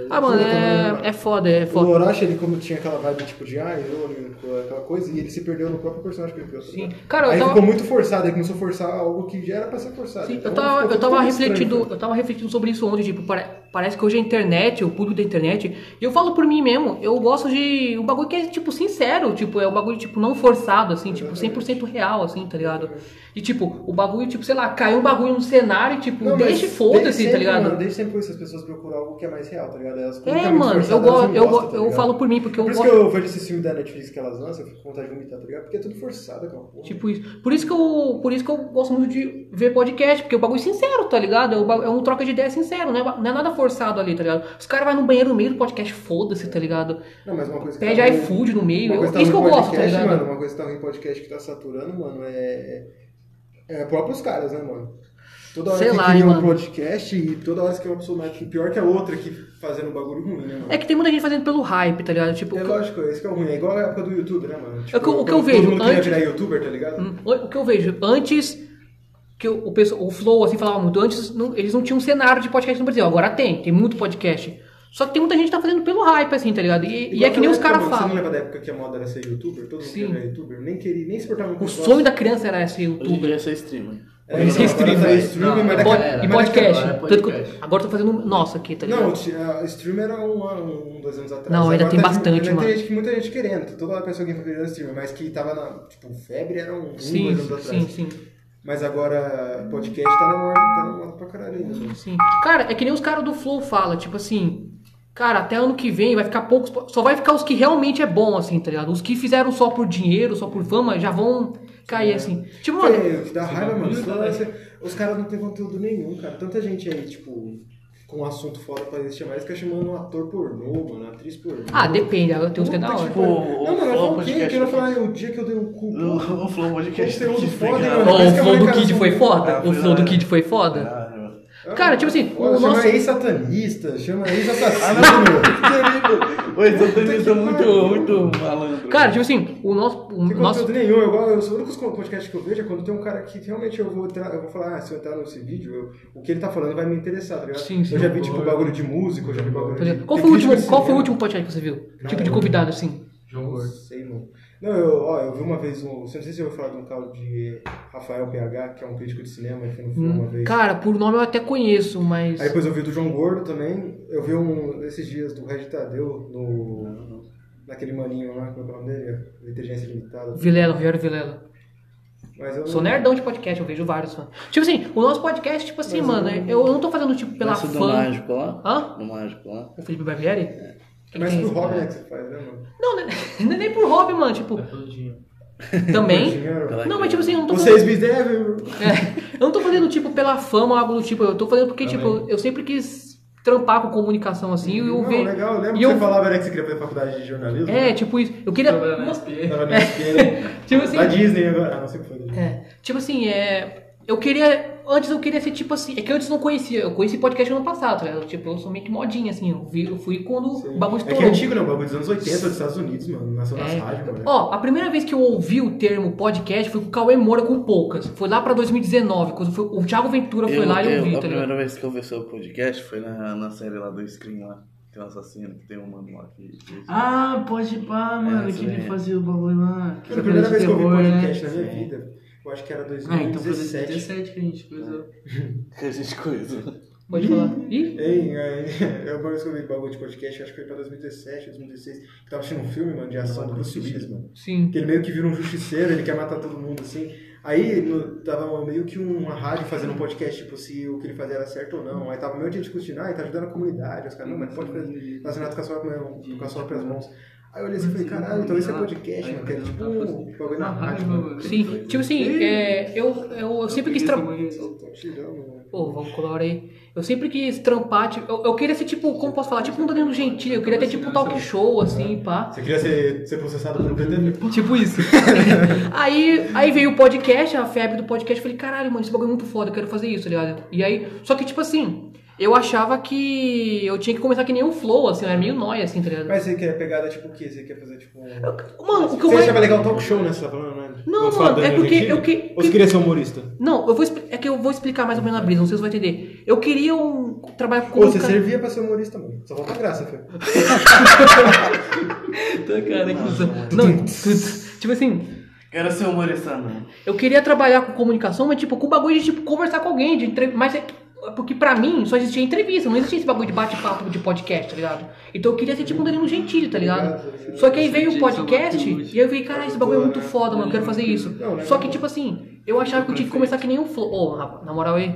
Ah, mano,
Puta, mano.
é, é foda, é
O
foda.
Orochi, ele como tinha aquela vibe tipo de ah, irônico, aquela coisa, e ele se perdeu no próprio personagem que ele criou. tá
Sim.
ligado?
Cara, eu
aí
tava-
ficou muito forçado, ele começou a forçar algo que já era pra ser forçado.
Sim,
então
eu tava,
ficou
eu tava
tudo estranho, tá né?
refletindo,
cara.
eu tava refletindo sobre isso ontem, tipo, pare- parece que hoje a internet, o público da internet, e eu falo por mim mesmo, eu gosto de um bagulho que é tipo sincero, tipo, é um bagulho tipo não forçado assim, tipo 100% real assim, tá ligado? E tipo, o bagulho tipo, sei lá, caiu um bagulho no cenário, e, tipo,
Não, mas
deixa e
desde
foda-se, tá
sempre,
ligado?
Mano, desde sempre foi isso, as pessoas procuram algo que é mais real, tá ligado? Elas quando
é,
tá muito
mano, eu,
forçado,
go-
elas não
eu, go-
gostam, tá
eu
ligado?
falo por mim, porque
Por
eu
isso
gosto.
que eu vejo esse filme da Netflix que elas lançam, eu fico com vontade de vomitar, tá ligado? Porque é tudo forçado aquela porra.
Tipo isso. Por isso que eu, por isso que eu gosto muito de ver podcast, porque o bagulho é sincero, tá ligado? É um ba- É um troca de ideia sincero, não é, ba- não é nada forçado ali, tá ligado? Os caras vão no banheiro no meio do podcast, foda-se, tá ligado?
Não, mas uma coisa que
Pede
tá ruim-
iFood no meio,
Uma
eu-
coisa tá
isso que eu
ruim em
gosto, tá
podcast,
ligado?
mano, uma coisa que tá ruim em podcast que tá saturando, mano, é. É próprios caras, né, mano? Toda hora
Sei
que
lá,
cria
hein,
um
mano.
podcast e toda hora que é uma pessoa mais pior que a outra aqui fazendo um bagulho ruim, né, mano?
É que tem muita gente fazendo pelo hype, tá ligado? Tipo,
É
o É
lógico, esse que é o ruim. É igual a época do YouTube, né, mano?
que eu- o que eu
quando
vejo
Todo mundo queria
antes- Hum,
virar youtuber, tá ligado?
que- o que eu vejo, antes que o, o pessoal- o Flow assim falava muito, antes não- eles não tinham um cenário de podcast no Brasil, agora tem, tem muito podcast. Só que tem muita gente que tá fazendo pelo hype, assim, tá ligado? E, e é
Igual
que nem
aquela
os
época,
caras
mano, Você não
falam.
lembra da época que a moda era ser youtuber? Todo mundo queria
Sim.
virar youtuber? Nem queria, nem se portava com
O
negócio.
sonho da criança era ser
Hoje em
youtuber.
dia é ser streamer.
É, não,
ser
agora tá
streamer.
streamer,
Não,
mas
E pod-
daqui a-
e
mas daqui a-
podcast.
agora é
Tanto que eu-
podcast.
agora eu tô fazendo um nosso aqui, tá ligado?
Não, tinha- a streamer era um, um, dois anos atrás.
Não, ainda
Agora
tem
tá-
bastante,
ainda
mano.
Tem gente, que- muita gente querendo. Toda hora a pessoa que virou streamer, mas que tava na, tipo, febre era um, um,
sim,
dois anos atrás.
sim, sim.
Mas agora, podcast tá na moda, tá na moda pra caralho ainda. mano.
Sim. Cara, é que nem os caras do Flow falam, tipo assim. Cara, até ano que vem vai ficar poucos. Só vai ficar os que realmente é bom, assim, tá ligado? Os que fizeram só por dinheiro, só por fama, já vão cair, assim. Tipo, mano,
É, que dá raiva, mano.
né?
Toda- você- Os caras não têm conteúdo nenhum, cara. Tanta gente aí, tipo, com um assunto foda pra eles chamar, eles ficam chamando um ator pornô, mano, atriz pornô.
Ah, depende, tem uns que é da
Puta
hora.
que pariu.
Pô,
Não, mano,
o Flow
eu falei o quê?
Podcast-
Eu queria falar, o dia que eu dei um cu.
O, o Flow Podcast.
Conteúdo
que
foda,
pegaram.
hein, mano?
Ó,
Parece
o
que é a
Flow do
molecada
Kid
são-
foi
Ah,
foda. O
foi
Flow
da
do
hora.
Kid
né?
foi foda.
Caralho, mano.
Cara, tipo assim,
Olha,
o
chama
nosso.
ex-satanista, chama
Ah,
ex-assassino.
não, mano. Oi, tô tendo muito, muito malandro. né?
Cara, tipo assim, o nosso. O
Não tem
nosso
conteúdo nenhum. Eu, gosto- eu, os únicos podcasts que eu vejo é quando tem um cara que realmente eu vou entrar, eu vou falar, ah, se eu entrar nesse vídeo, eu- o que ele tá falando vai me interessar, tá ligado?
Sim, sim.
eu já vi, tipo, bagulho de música, eu já vi bagulho de...
qual foi,
tem
o
crítica
último,
de
qual foi o
cinema.
último podcast que você viu?
Não.
Tipo de convidado, assim.
João
Não
Gordo.
sei, mano. Não, eu, ó, eu vi uma vez um. Não sei se eu ouviu falar de um tal de Rafael PH, que é um crítico de cinema, ele foi no
Hum,
filme uma vez.
Cara, por nome eu até conheço, mas.
Aí depois eu vi do João Gordo também. Eu vi um desses dias do Regis Tadeu no. Naquele maninho lá, como é que é o nome dele? Inteligência Limitada.
Vilela, Viero Vilela.
Mas eu não-
Sou nerdão de podcast, eu vejo vários. Mano. Tipo assim, o nosso podcast, tipo assim, mano, eu, eu não tô fazendo tipo pela
Nossa, do
fã.
mágico lá?
Hã?
Do mágico lá?
O Felipe Barbieri? Quem
Mas
tem
pro
esse-
hobby né, que você faz, né, mano?
Não, né- não é nem por hobby, mano. Tipo,
Por
também.
dinheiro.
Não, mas tipo assim, eu não tô
Vocês me devem.
É, eu não tô fazendo, tipo, pela fama ou algo do tipo. Eu tô fazendo porque, tipo, eu, eu sempre quis trampar com comunicação, assim, e eu
Não,
vejo...
legal, eu lembro
e
que você
eu...
falava né, que você queria fazer faculdade de jornalismo.
É, tipo isso. Eu queria...
Trabalhar na
Nossa,
SP.
Tava na esquerda.
Tipo assim...
Da Disney agora. Ah, não sei o que foi. da Disney.
É, tipo assim, é... Eu queria... Antes eu queria ser, tipo assim... É que antes eu não conhecia. Eu conheci podcast ano passado, tá ligado? Tipo, eu sou meio que modinha, assim. Eu, vi- eu fui quando o bagulho
É que
estourou.
é antigo, né? O bagulho dos anos 80 dos Estados Unidos, mano. Nasceu nas
É.
rádios, mano.
Ó, a primeira vez que eu ouvi o termo podcast foi com o Cauê Moura com poucas. Foi lá pra 2019, quando foi- o Thiago Ventura foi
Eu-
lá e eu
eu-
ouvi,
A
tá ligado?
primeira vez que eu vi seu podcast foi na, na série lá do Screen lá. Tem um assassino que tem um mano lá que.
Ah, pode pá, mano,
É,
que
isso
ele
aí.
fazia o bagulho lá.
Foi a primeira vez que eu vi
Terror, né?
podcast na minha vida. Eu acho que era
Ah, então foi
2017.
2017 que a gente coisou.
Que a gente coisa.
Pode falar. Ih,
Hein, aí, é, eu vez que eu vi bagulho de podcast, acho que foi pra 2017, 2016, que tava assistindo um filme, mano, de ação do Bruce Willis, mano.
sim.
Que ele meio que vira um justiceiro, ele quer matar todo mundo, assim. Aí no- tava meio que uma rádio fazendo um podcast, tipo, se o que ele fazia era certo ou não. Aí tava meio que discutindo, ah, ele tá ajudando a comunidade, os caras, não, mas pode fazer, tá assinado com a sua com a sua própria mãos. Aí eu olhei assim e falei, caralho, então esse é podcast, mano, que é tipo um bagulho na rádio, mano.
né?
Sim, tipo assim, é, eu, eu, eu sempre quis trampar.
Tô tirando, mano.
Pô, vamos colar aí. Eu sempre quis trampar, tipo, eu, eu queria ser tipo, como posso falar? Tipo um Danilo Gentili, eu queria ter tipo um talk show, assim, pá.
Você queria ser, ser processado pelo PTV?
Tipo isso. aí, aí veio o podcast, a febre do podcast, eu falei, caralho, mano, esse bagulho é muito foda, eu quero fazer isso, tá ligado? E aí, só que tipo assim, eu achava que eu tinha que começar que nem um flow, assim, eu era meio nóia, assim, tá ligado?
Mas você quer pegada tipo o quê? Você quer fazer tipo. um-
Mano, o que eu
você
mais...
achava legal talk show, né? Você tá falando, né?
é Não,
Você
mano,
fala
é
Danilo
porque
Gentili?
eu que-
Ou você queria ser humorista?
Não, eu vou expli- é que eu vou explicar mais ou menos a brisa, não sei se você vai entender. Eu queria um trabalho com
Pô, você
comunica-
servia pra ser humorista, mano. Só falta graça, filho.
Tá,
Puta, cara,
Ah,
que cuzão. Não, tu- tipo assim,
Quero ser humorista, não.
eu queria trabalhar com comunicação, mas tipo, com o bagulho de tipo, conversar com alguém, de entre... mas é que- porque pra mim só existia entrevista, não existia esse bagulho de bate-papo de podcast, tá ligado? Então eu queria ser tipo um Danilo Gentili, tá ligado? Só que aí veio o podcast e eu vi, cara, esse bagulho é muito foda, mano, eu quero fazer isso. Só que tipo assim, eu achava que eu tinha que começar que nem um flow. Ô, rapaz, na moral aí,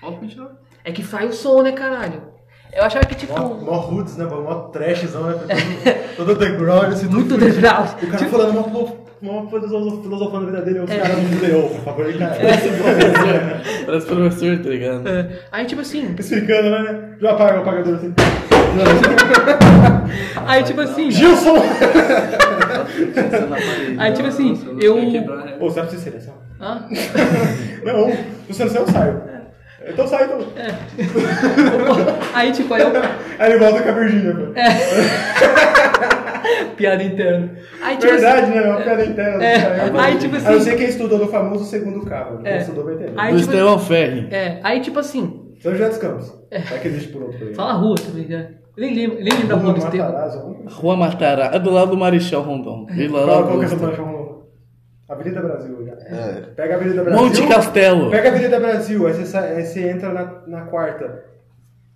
Pode continuar.
é que sai o som, né, caralho? Eu achava que tipo...
Mó, mó roots, né, mano? Mó trashzão, né? Todo, todo underground, assim, tudo
Muito
fudido.
underground. Tipo-
O cara falando mó, mó, mó filosof- filosofando a vida dele, os
É.
caras não desenhou, por favor, de cara. tipo,
Parece professor, tá ligado?
É, Aí, tipo assim.
Explicando, né? Já apaga o apagador assim.
Aí, tipo assim.
Gilson!
Pensando na parede.
Aí, tipo assim, eu.
Pô, sabe pra você ser, sabe?
Hã?
Não, se você não sair, eu saio.
É.
Então sai, então.
Aí, tipo, aí eu.
Aí ele volta com a Virgínia, mano.
É. Piada interna. Aí, tipo
Verdade, né? É uma piada interna.
É,
cara.
aí, tipo assim-
A não ser quem estudou no famoso segundo carro. Quem
É.
estudou Então vai entender.
Aí,
Do
tipo-
Estevão Ferri.
assim. É, aí, tipo assim.
São José dos Campos. Será que existe por outro aí?
Fala a rua também, né? Eu Nem lembro, nem lembro a rua é do Estevam.
Rua Matará. É do lado do Marechal Rondon. Vila
Qual qual que é
Augusta.
essa chama? Avenida Brasil. já.
É.
Pega a Avenida Brasil.
Monte Castelo.
Pega a Avenida Brasil, aí você, sai- aí você entra na, na quarta.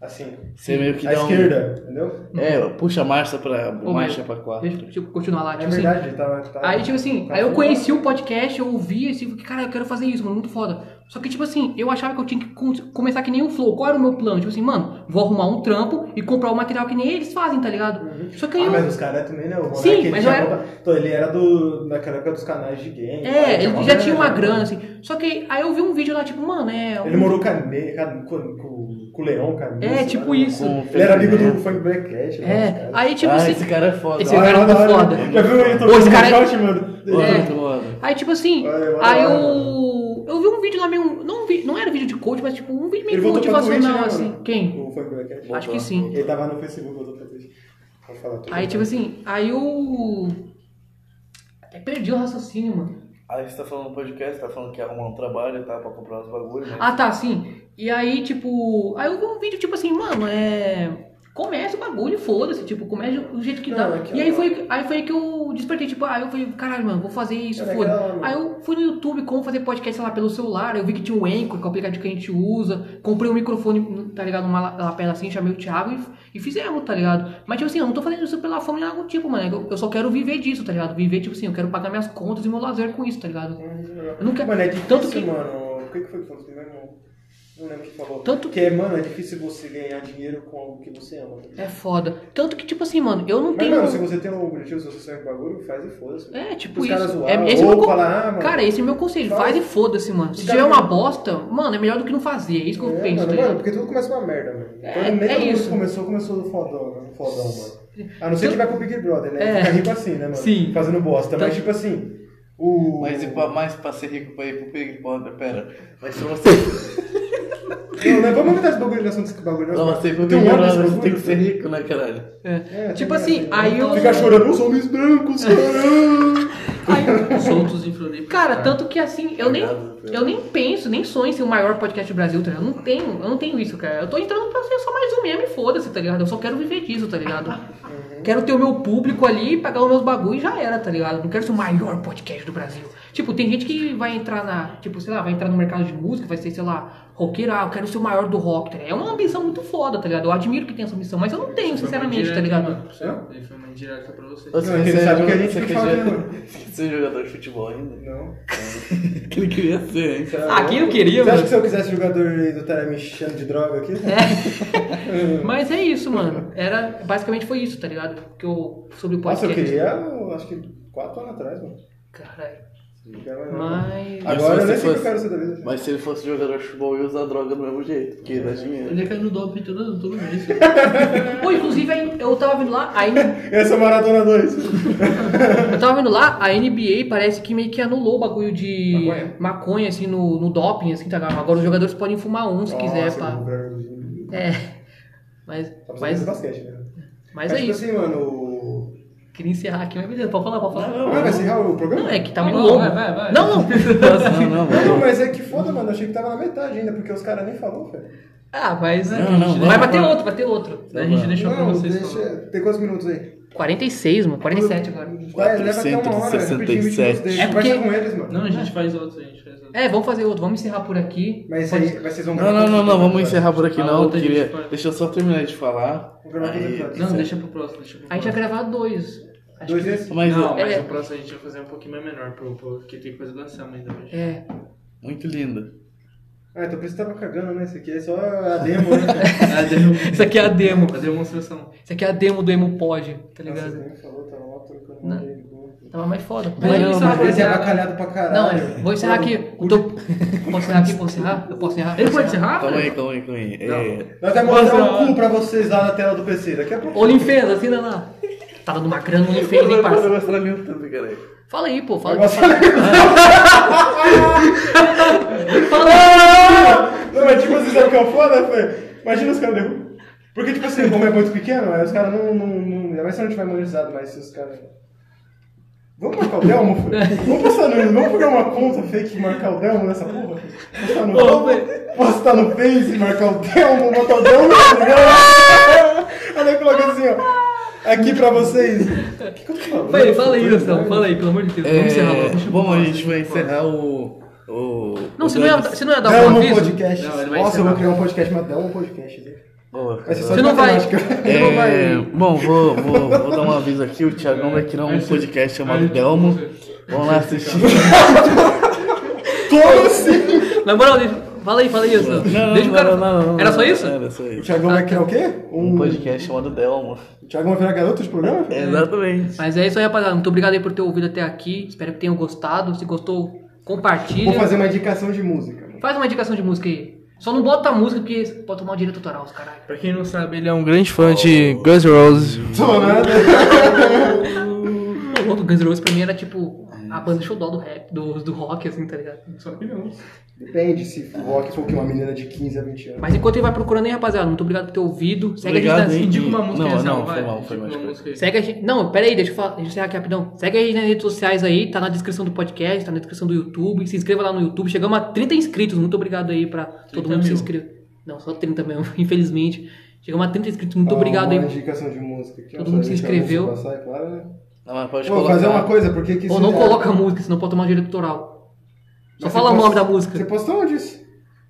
Assim.
Você meio que
à
dá um.
esquerda, entendeu?
É, puxa a marcha pra.
Ô,
marcha
mas-
pra quatro.
Deixa eu tipo, continuar lá.
É
Tipo, assim,
verdade, tá, tá.
Aí, tipo assim, aí eu conheci o podcast, eu ouvi, assim, fiquei, cara, eu quero fazer isso, mano, muito foda. Só que, tipo assim, eu achava que eu tinha que com- começar que nem o Flow. Qual era o meu plano? Tipo assim, mano, vou arrumar um trampo e comprar o material que nem eles fazem, tá ligado? Só que aí
Ah,
eu.
mas os caras também, né? O Monark,
Sim,
ele
mas
tinha
eu era-
volta- Então, ele era do. naquela época dos canais de game.
É,
ele
ele já tinha uma grana, assim. Só que aí eu vi um vídeo lá, tipo, mano, é.
Ele
um-
morou cane... ca- com, com, com né? o Leão, Camisa.
É, tipo isso.
Com o
Ele era amigo
Fernando.
do Funk Black Cat. né,
É.
os caras.
Aí, tipo
ah,
assim.
esse cara é foda.
esse
Olha,
cara- é
Ah, Olha, olha,
foda.
olha. Já viu ele tomando
Pô, esse cara é-
shot, mano?
Olha,
É.
outro lado.
Aí, tipo assim,
Olha, olha,
aí
olha,
eu. Eu vi um vídeo lá meio. Não, um vi- não era vídeo de coach, mas tipo, um vídeo meio
Ele voltou pra Twitch, né,
motivacional,
mano?
assim. Quem?
O Funk Black Cat.
Acho que sim.
Ele tava no Facebook, voltou pra Twitch. Pode falar tudo.
Aí, tipo assim, aí eu. Até perdi o raciocínio, mano.
Aí você tá falando no podcast, tá falando que ia arrumar um trabalho, tá? Pra comprar uns bagulhos, né?
Ah, tá, sim. E aí, tipo. Aí eu vi um vídeo, tipo assim, mano, é. Começa o bagulho, foda-se, tipo, começa do jeito que dá.
Não, é que
e aí
eu-
foi, aí foi que eu despertei, tipo, aí eu falei, caralho, mano, vou fazer isso,
É legal,
foda.
mano.
Aí eu fui no YouTube, como fazer podcast, sei lá, pelo celular, eu vi que tinha o Anchor, que é o aplicativo que a gente usa, comprei um microfone, tá ligado, uma la- lapela assim, chamei o Thiago e, e fizemos, tá ligado? Mas, tipo assim, eu não tô fazendo isso pela fome nem algo tipo, mano, eu, eu só quero viver disso, tá ligado? Viver, tipo assim, eu quero pagar minhas contas e meu lazer com isso, tá ligado? Eu não quero-
Mano, é difícil,
tanto que-
mano. O que que foi que falou assim, meu irmão? Não lembro o que falou.
Tanto-
que, mano, é difícil você ganhar dinheiro com algo que você ama. tá
É foda. Tanto que, tipo assim, mano, eu não
Mas,
tenho.
mano, se você tem um objetivo, se você serve bagulho, faz e foda-se.
É, tipo
Os
isso.
caras zoar,
é, esse é
ou
meu con-
falar, ah, mano,
Cara, esse é meu conselho.
faz.
Faz e foda-se, mano. Se
Os
tiver
caras-
uma bosta, mano, é melhor do que não fazer. É isso que eu
É,
penso,
mano,
tá ligado?
mano, porque tudo começa uma merda, mano.
É,
Quando nem
é
todo mundo
isso.
começou, começou do fodão, do fodão, mano. A não ser que vai pro Big Brother, né?
É.
Fica rico assim, né, mano?
Sim.
Fazendo bosta. Mas,
Tá.
tipo assim, o...
Mas, e pra, mas pra ser rico pra ir pro Big Brother, pera. Mas se você.
Não, né? Vamos evitar esse bagulho de assunto, esse bagulho.
Não, você ir pro
Tem
Big
um ano
Brother,
desse
você
bagulho,
tem que ser rico, né, caralho?
É.
É,
tipo
tem
assim,
essa,
aí
né?
eu.
Fica chorando, os homens brancos, caramba!
aí-
Soltos em Floripa. Ah.
Cara, tanto que assim, eu nem,
Obrigado, Pedro.
eu nem penso, nem sonho em ser o maior podcast do Brasil, tá ligado? Eu não tenho, eu não tenho isso, cara. Eu tô entrando pra ser só mais um meme, foda-se, tá ligado? Eu só quero viver disso, tá ligado?
Uhum.
Quero ter o meu público ali, pagar os meus bagulho e já era, tá ligado? Não quero ser o maior podcast do Brasil. Tipo, tem gente que vai entrar na, tipo, sei lá, vai entrar no mercado de música, vai ser, sei lá, roqueiro, ah, eu quero ser o maior do rock, tá ligado? É uma ambição muito foda, tá ligado? Eu admiro que tem essa ambição, mas eu não tenho, sinceramente, tá
né?
ligado?
Ele foi uma indireta pra você.
Você
ele
quer ser
sabe o é que a
jogador-
gente
você
quer
quer
fazer,
jogar-
mano.
você quer ser jogador de futebol ainda?
Não.
Que ele queria ser, hein?
Ah, Aqui eu queria,
Então, Você
mano.
acha que
É,
se eu quisesse jogador do Taremi enchendo de droga aqui?
Mas é isso, mano. Era, basicamente foi isso, tá ligado? Que eu, sobre o
Nossa,
podcast.
eu queria, eu acho que quatro anos atrás, mano.
Caralho.
Não quero mais nada.
Mas.
Agora eu nem
Mas se
sei o que eu
fosse-
quero ser da vida.
Mas se ele fosse jogador de futebol, ia usar droga do mesmo jeito, porque dá dinheiro.
Ele caiu no doping todo, todo mês.
Pô, inclusive aí, eu tava vendo lá, a N-
Essa é a Maratona 2.
eu tava vendo lá, a NBA parece que meio que anulou o bagulho de
Maconha?
maconha, assim, no, no doping, assim, tá ligado? Agora os jogadores podem fumar um se quiser, pá. É. Mas,
Mas...
mas,
Tá basquete, né?
mas é
tipo
isso.
assim, mano, o...
Queria encerrar aqui, mas beleza, pode falar, pode falar.
Ah, vai encerrar o programa?
Não, é que tá muito
Não,
longo.
vai, vai, vai.
Não, não.
Não, não,
Não,
mano.
não, mas é que foda, mano. Eu achei que tava na metade ainda, porque os caras nem falaram, velho.
Ah, mas.
Não,
vai
não, vamos,
bater
vamos.
outro, vai ter outro.
Daí a gente deixou pra
Não,
vocês.
deixa... Tem quantos minutos aí?
46, mano, 47 agora.
Vai, leva até uma hora. rapidinho, 20 minutos
467.
deles.
É
Vai ser
porque-
com eles, mano.
Não, a gente faz outro, a gente faz outro.
É, vamos fazer outro, vamos encerrar por aqui.
Mas aí, vai vocês vão
Não,
gravar
não, não, não,
tudo,
vamos
mano.
encerrar por
Ah,
aqui
A
não. Eu
outra a gente
queria...
faz.
Deixa eu só terminar de falar.
Vou gravar
Aí-
tudo,
Não, deixa pro próximo, deixa pro
É A gente vai
próximo.
gravar dois. Acho
Dois
que-
desses?
Mas
Não,
é
mas
É.
o próximo a gente vai fazer um pouquinho mais menor, pro, pro, porque tem coisa do Anselmo ainda hoje.
É.
muito lindo.
Ah, então por isso que tava cagando, né? Esse aqui é só a demo, né?
Ah, deu
Isso aqui é a demo.
uma demonstração.
Isso aqui é a demo do Emo Pod, tá
Nossa,
ligado?
nem falou, tava lá trocando
Não.
uma ideia de boa.
Tava mais foda.
Mas
Mas-
não,
isso,
mas
rapaziada.
Esse é abacalhado pra
Não,
caralho.
eu vou encerrar aqui. Eu tô- Posso encerrar aqui? Posso encerrar? Eu posso encerrar?
Ele pode encerrar?
Calma aí, calma aí, calma aí. É...
Nós vamos mostrar
Nossa.
um cu pra vocês lá na tela do PC. Daqui a pouco.
Olinfensa, assina lá. Tá dando uma grana no Olinfensa, hein,
Eu
parça?
gosto da minha também, caralho.
Fala aí, pô. Fala
Agora só-
Fala
Não, mas tipo assim, sabe o que é o foda, Fê? Imagina os caras derrubam. Porque, tipo assim, como é muito pequeno, aí os caras não. não, não... Ainda mais se não tiver monetizado, mas se os caras. Vamos marcar o Delmo, Fê? Vamos postar no. Vamos pegar uma conta fake e marcar o Delmo nessa porra? Fê? Postar no. postar no Face, marcar o Delmo, botar o Delmo no programa. Aí coloca assim, ó. Aqui pra vocês. O que, que eu tô falando?
aí, fala aí, Anselmo. Fala aí, pelo amor de Deus. Vamos encerrar
É,
logo. Deixa eu-
Bom, a gente vai encerrar o... o...
Não,
o
você não é- ia,
Dani-
você não ia dar
Delmo
algum um aviso?
um Podcast.
Não, ele vai
Nossa, eu
encerrar.
vou criar um podcast, mas Delmo Podcast. né?
Ô,
Essa é só
Você
de
não vai-
matemática.
É,
Não vai-
Bom, vou, vou, vou dar um aviso aqui. O Thiagão vai criar um
Aí você-
podcast
aí
chamado
eu-
Delmo. Vamos lá assistir.
Como assim?
Na moral, deixa- fala aí, fala aí, Wilson. Deixa o cara. Era só isso?
Era só
O
isso.
Thiagão vai criar o quê?
Um
Um...
podcast chamado Delmo.
O Thiagão vai virar garoto de programa?
Exatamente.
Mas é isso aí, rapaziada. Muito obrigado aí por ter ouvido até aqui. Espero que tenham gostado. Se gostou, compartilha.
Vou fazer uma indicação de música.
Faz uma indicação de música aí. Só não bota a música porque pode tomar o direito autoral, os caralho.
Pra quem não sabe, ele é um grande fã de Guns N' Roses.
Tô nada.
O do Guns N' Roses pra mim era tipo a banda xodó do rap, do, do rock, assim, tá ligado?
Só que não.
Depende se o rock for o quê? uma menina de 15 a 20 anos.
Mas enquanto ele vai procurando aí, rapaziada, muito obrigado por ter ouvido. Segue a gente
Obrigado,
nas...
hein?
Indica uma música
Não,
aí,
não,
Zé, vai.
foi mal, foi
Indica
mal,
uma
foi
música aí.
Segue a gente. Não, pera aí, deixa eu, falar, deixa eu encerrar aqui rapidão. Segue a gente nas redes sociais aí, tá na descrição do podcast, tá na descrição do YouTube. Se inscreva lá no YouTube. Chegamos a 30 inscritos. Muito obrigado aí pra todo
30
mundo que se
mil.
inscreveu. Não, só 30 mesmo, infelizmente. Chegamos a 30 inscritos. Muito
Ah,
obrigado
Uma
aí.
indicação de música. aqui, ó,
Todo
só
mundo se
deixa a música
inscreveu.
passar, é claro, né?
Não, mas pode
Vou
colocar.
fazer uma coisa, porque que
Ou
se-
não coloca a música, senão pode tomar um direito autoral. Só
Mas
fala
você
o nome
posta-
da música.
Você postou onde isso?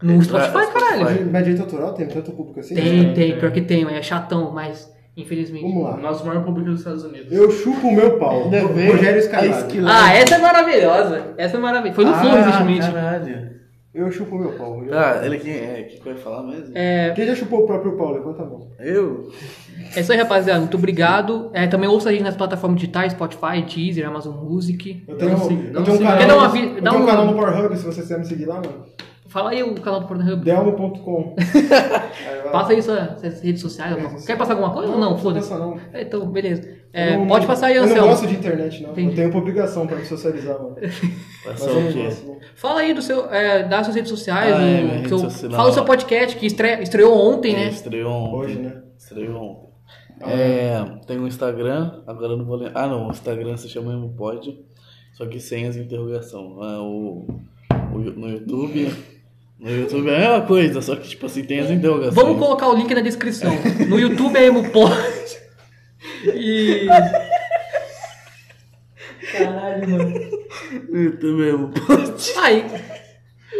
No
Vai,
Spotify, caralho.
Spotify.
Mas direito autoral tem tanto público assim?
Tem, tem,
tem.
pior que tem, mas é chatão, mas infelizmente.
Vamos lá.
Nosso maior público dos Estados Unidos.
Eu chupo o meu pau. Rogério Skylab.
Ah, essa é maravilhosa. Essa é maravilhosa. Foi no
ah,
Flow, recentemente.
Caralho.
Eu chupo o meu pau. Rogério.
Tá, ele quem é? Que vai falar mesmo?
É,
Quem já chupou o próprio pau? Levanta a mão.
Eu?
É isso aí, rapaziada. Muito obrigado. É, também ouça a gente nas plataformas digitais, Spotify, Deezer, Amazon Music. Então, assim,
Eu tenho,
siga,
eu
não
tenho um
siga.
canal.
Quer dar uma
no-
vi-
eu
dá
tenho um
um-
canal no Pornhub, se você quiser me seguir lá, mano.
Fala aí o canal do Pornhub.
Delmo.com. Aí vai.
Passa aí sua- suas redes sociais. alguma coisa. Quer passar alguma coisa ou não,
Não
Foda-se.
passa não.
É, Então, beleza. É,
Eu não-
pode passar aí,
Eu
Anselmo.
não gosto de internet, não.
Entendi.
Eu tenho uma obrigação pra me socializar, mano. Mas é
Passou
eu
É o
não
quê?
gosto, não.
Fala aí do seu, é, das suas redes sociais.
Ah,
o-
é, minha rede
seu-
social.
Fala do seu podcast que estre- estreou ontem,
É,
né?
Estreou ontem.
Hoje, né? Ah,
Estreou ontem. É, tem um Instagram, agora eu não vou lembrar. Ah, não, o Instagram se chama Emo Pod, só que sem as interrogação. Ah, o, o, no YouTube. No YouTube é a mesma coisa, só que tipo assim, tem as interrogações.
Vamos colocar o link na descrição. No YouTube é EmoPod. E. Caralho, mano.
No YouTube é Emo Pod.
Aí.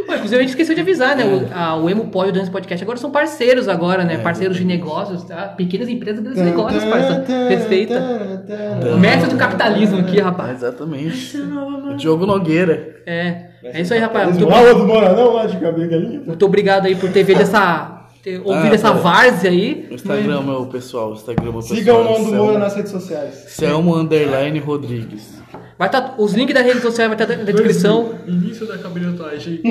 Ué, inclusive a gente esqueceu de avisar, né? O, a, o Emo Pod e o Dance Podcast agora são parceiros agora, né? parceiros de negócios, tá? Pequenas empresas, grandes negócios, parça. Perfeita. O mestre do capitalismo aqui,
Ah,
rapaz.
exatamente. O Diogo Nogueira.
É. É isso aí, rapaz. Muito,
Lá do Moranão, lá de cabelo galinha.
muito obrigado aí por ter visto essa. ter ouvido
Ah,
essa
pera.
várzea aí.
O Instagram é o pessoal, o Instagram é o pessoal.
Siga o Nando
Selmo-
Moura nas redes sociais.
Selmo Underline Rodrigues.
Vai tá, os links da rede social vai estar na descrição.
Início da cabelotagem.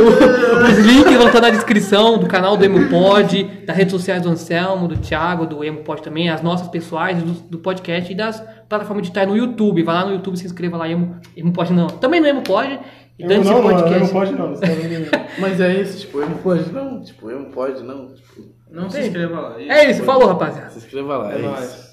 Os links vão estar na descrição do canal do Emo Pod, das redes sociais do Anselmo, do Thiago, do Emo Pod também, as nossas pessoais, do, do podcast e das plataformas digitais no YouTube. Vai lá no YouTube, se inscreva lá, Emo, Emo Pod não. Também no Emo Pod. E
Eu
dane
não, mano, eu
podcast.
não pode não. você tá vendo?
Mas é isso, tipo, Emo Pod não, tipo, Emo Pod não. Tipo,
Não se inscreva lá.
É isso, falou, rapaziada.
se inscreva lá,
É
é
nóis.
isso.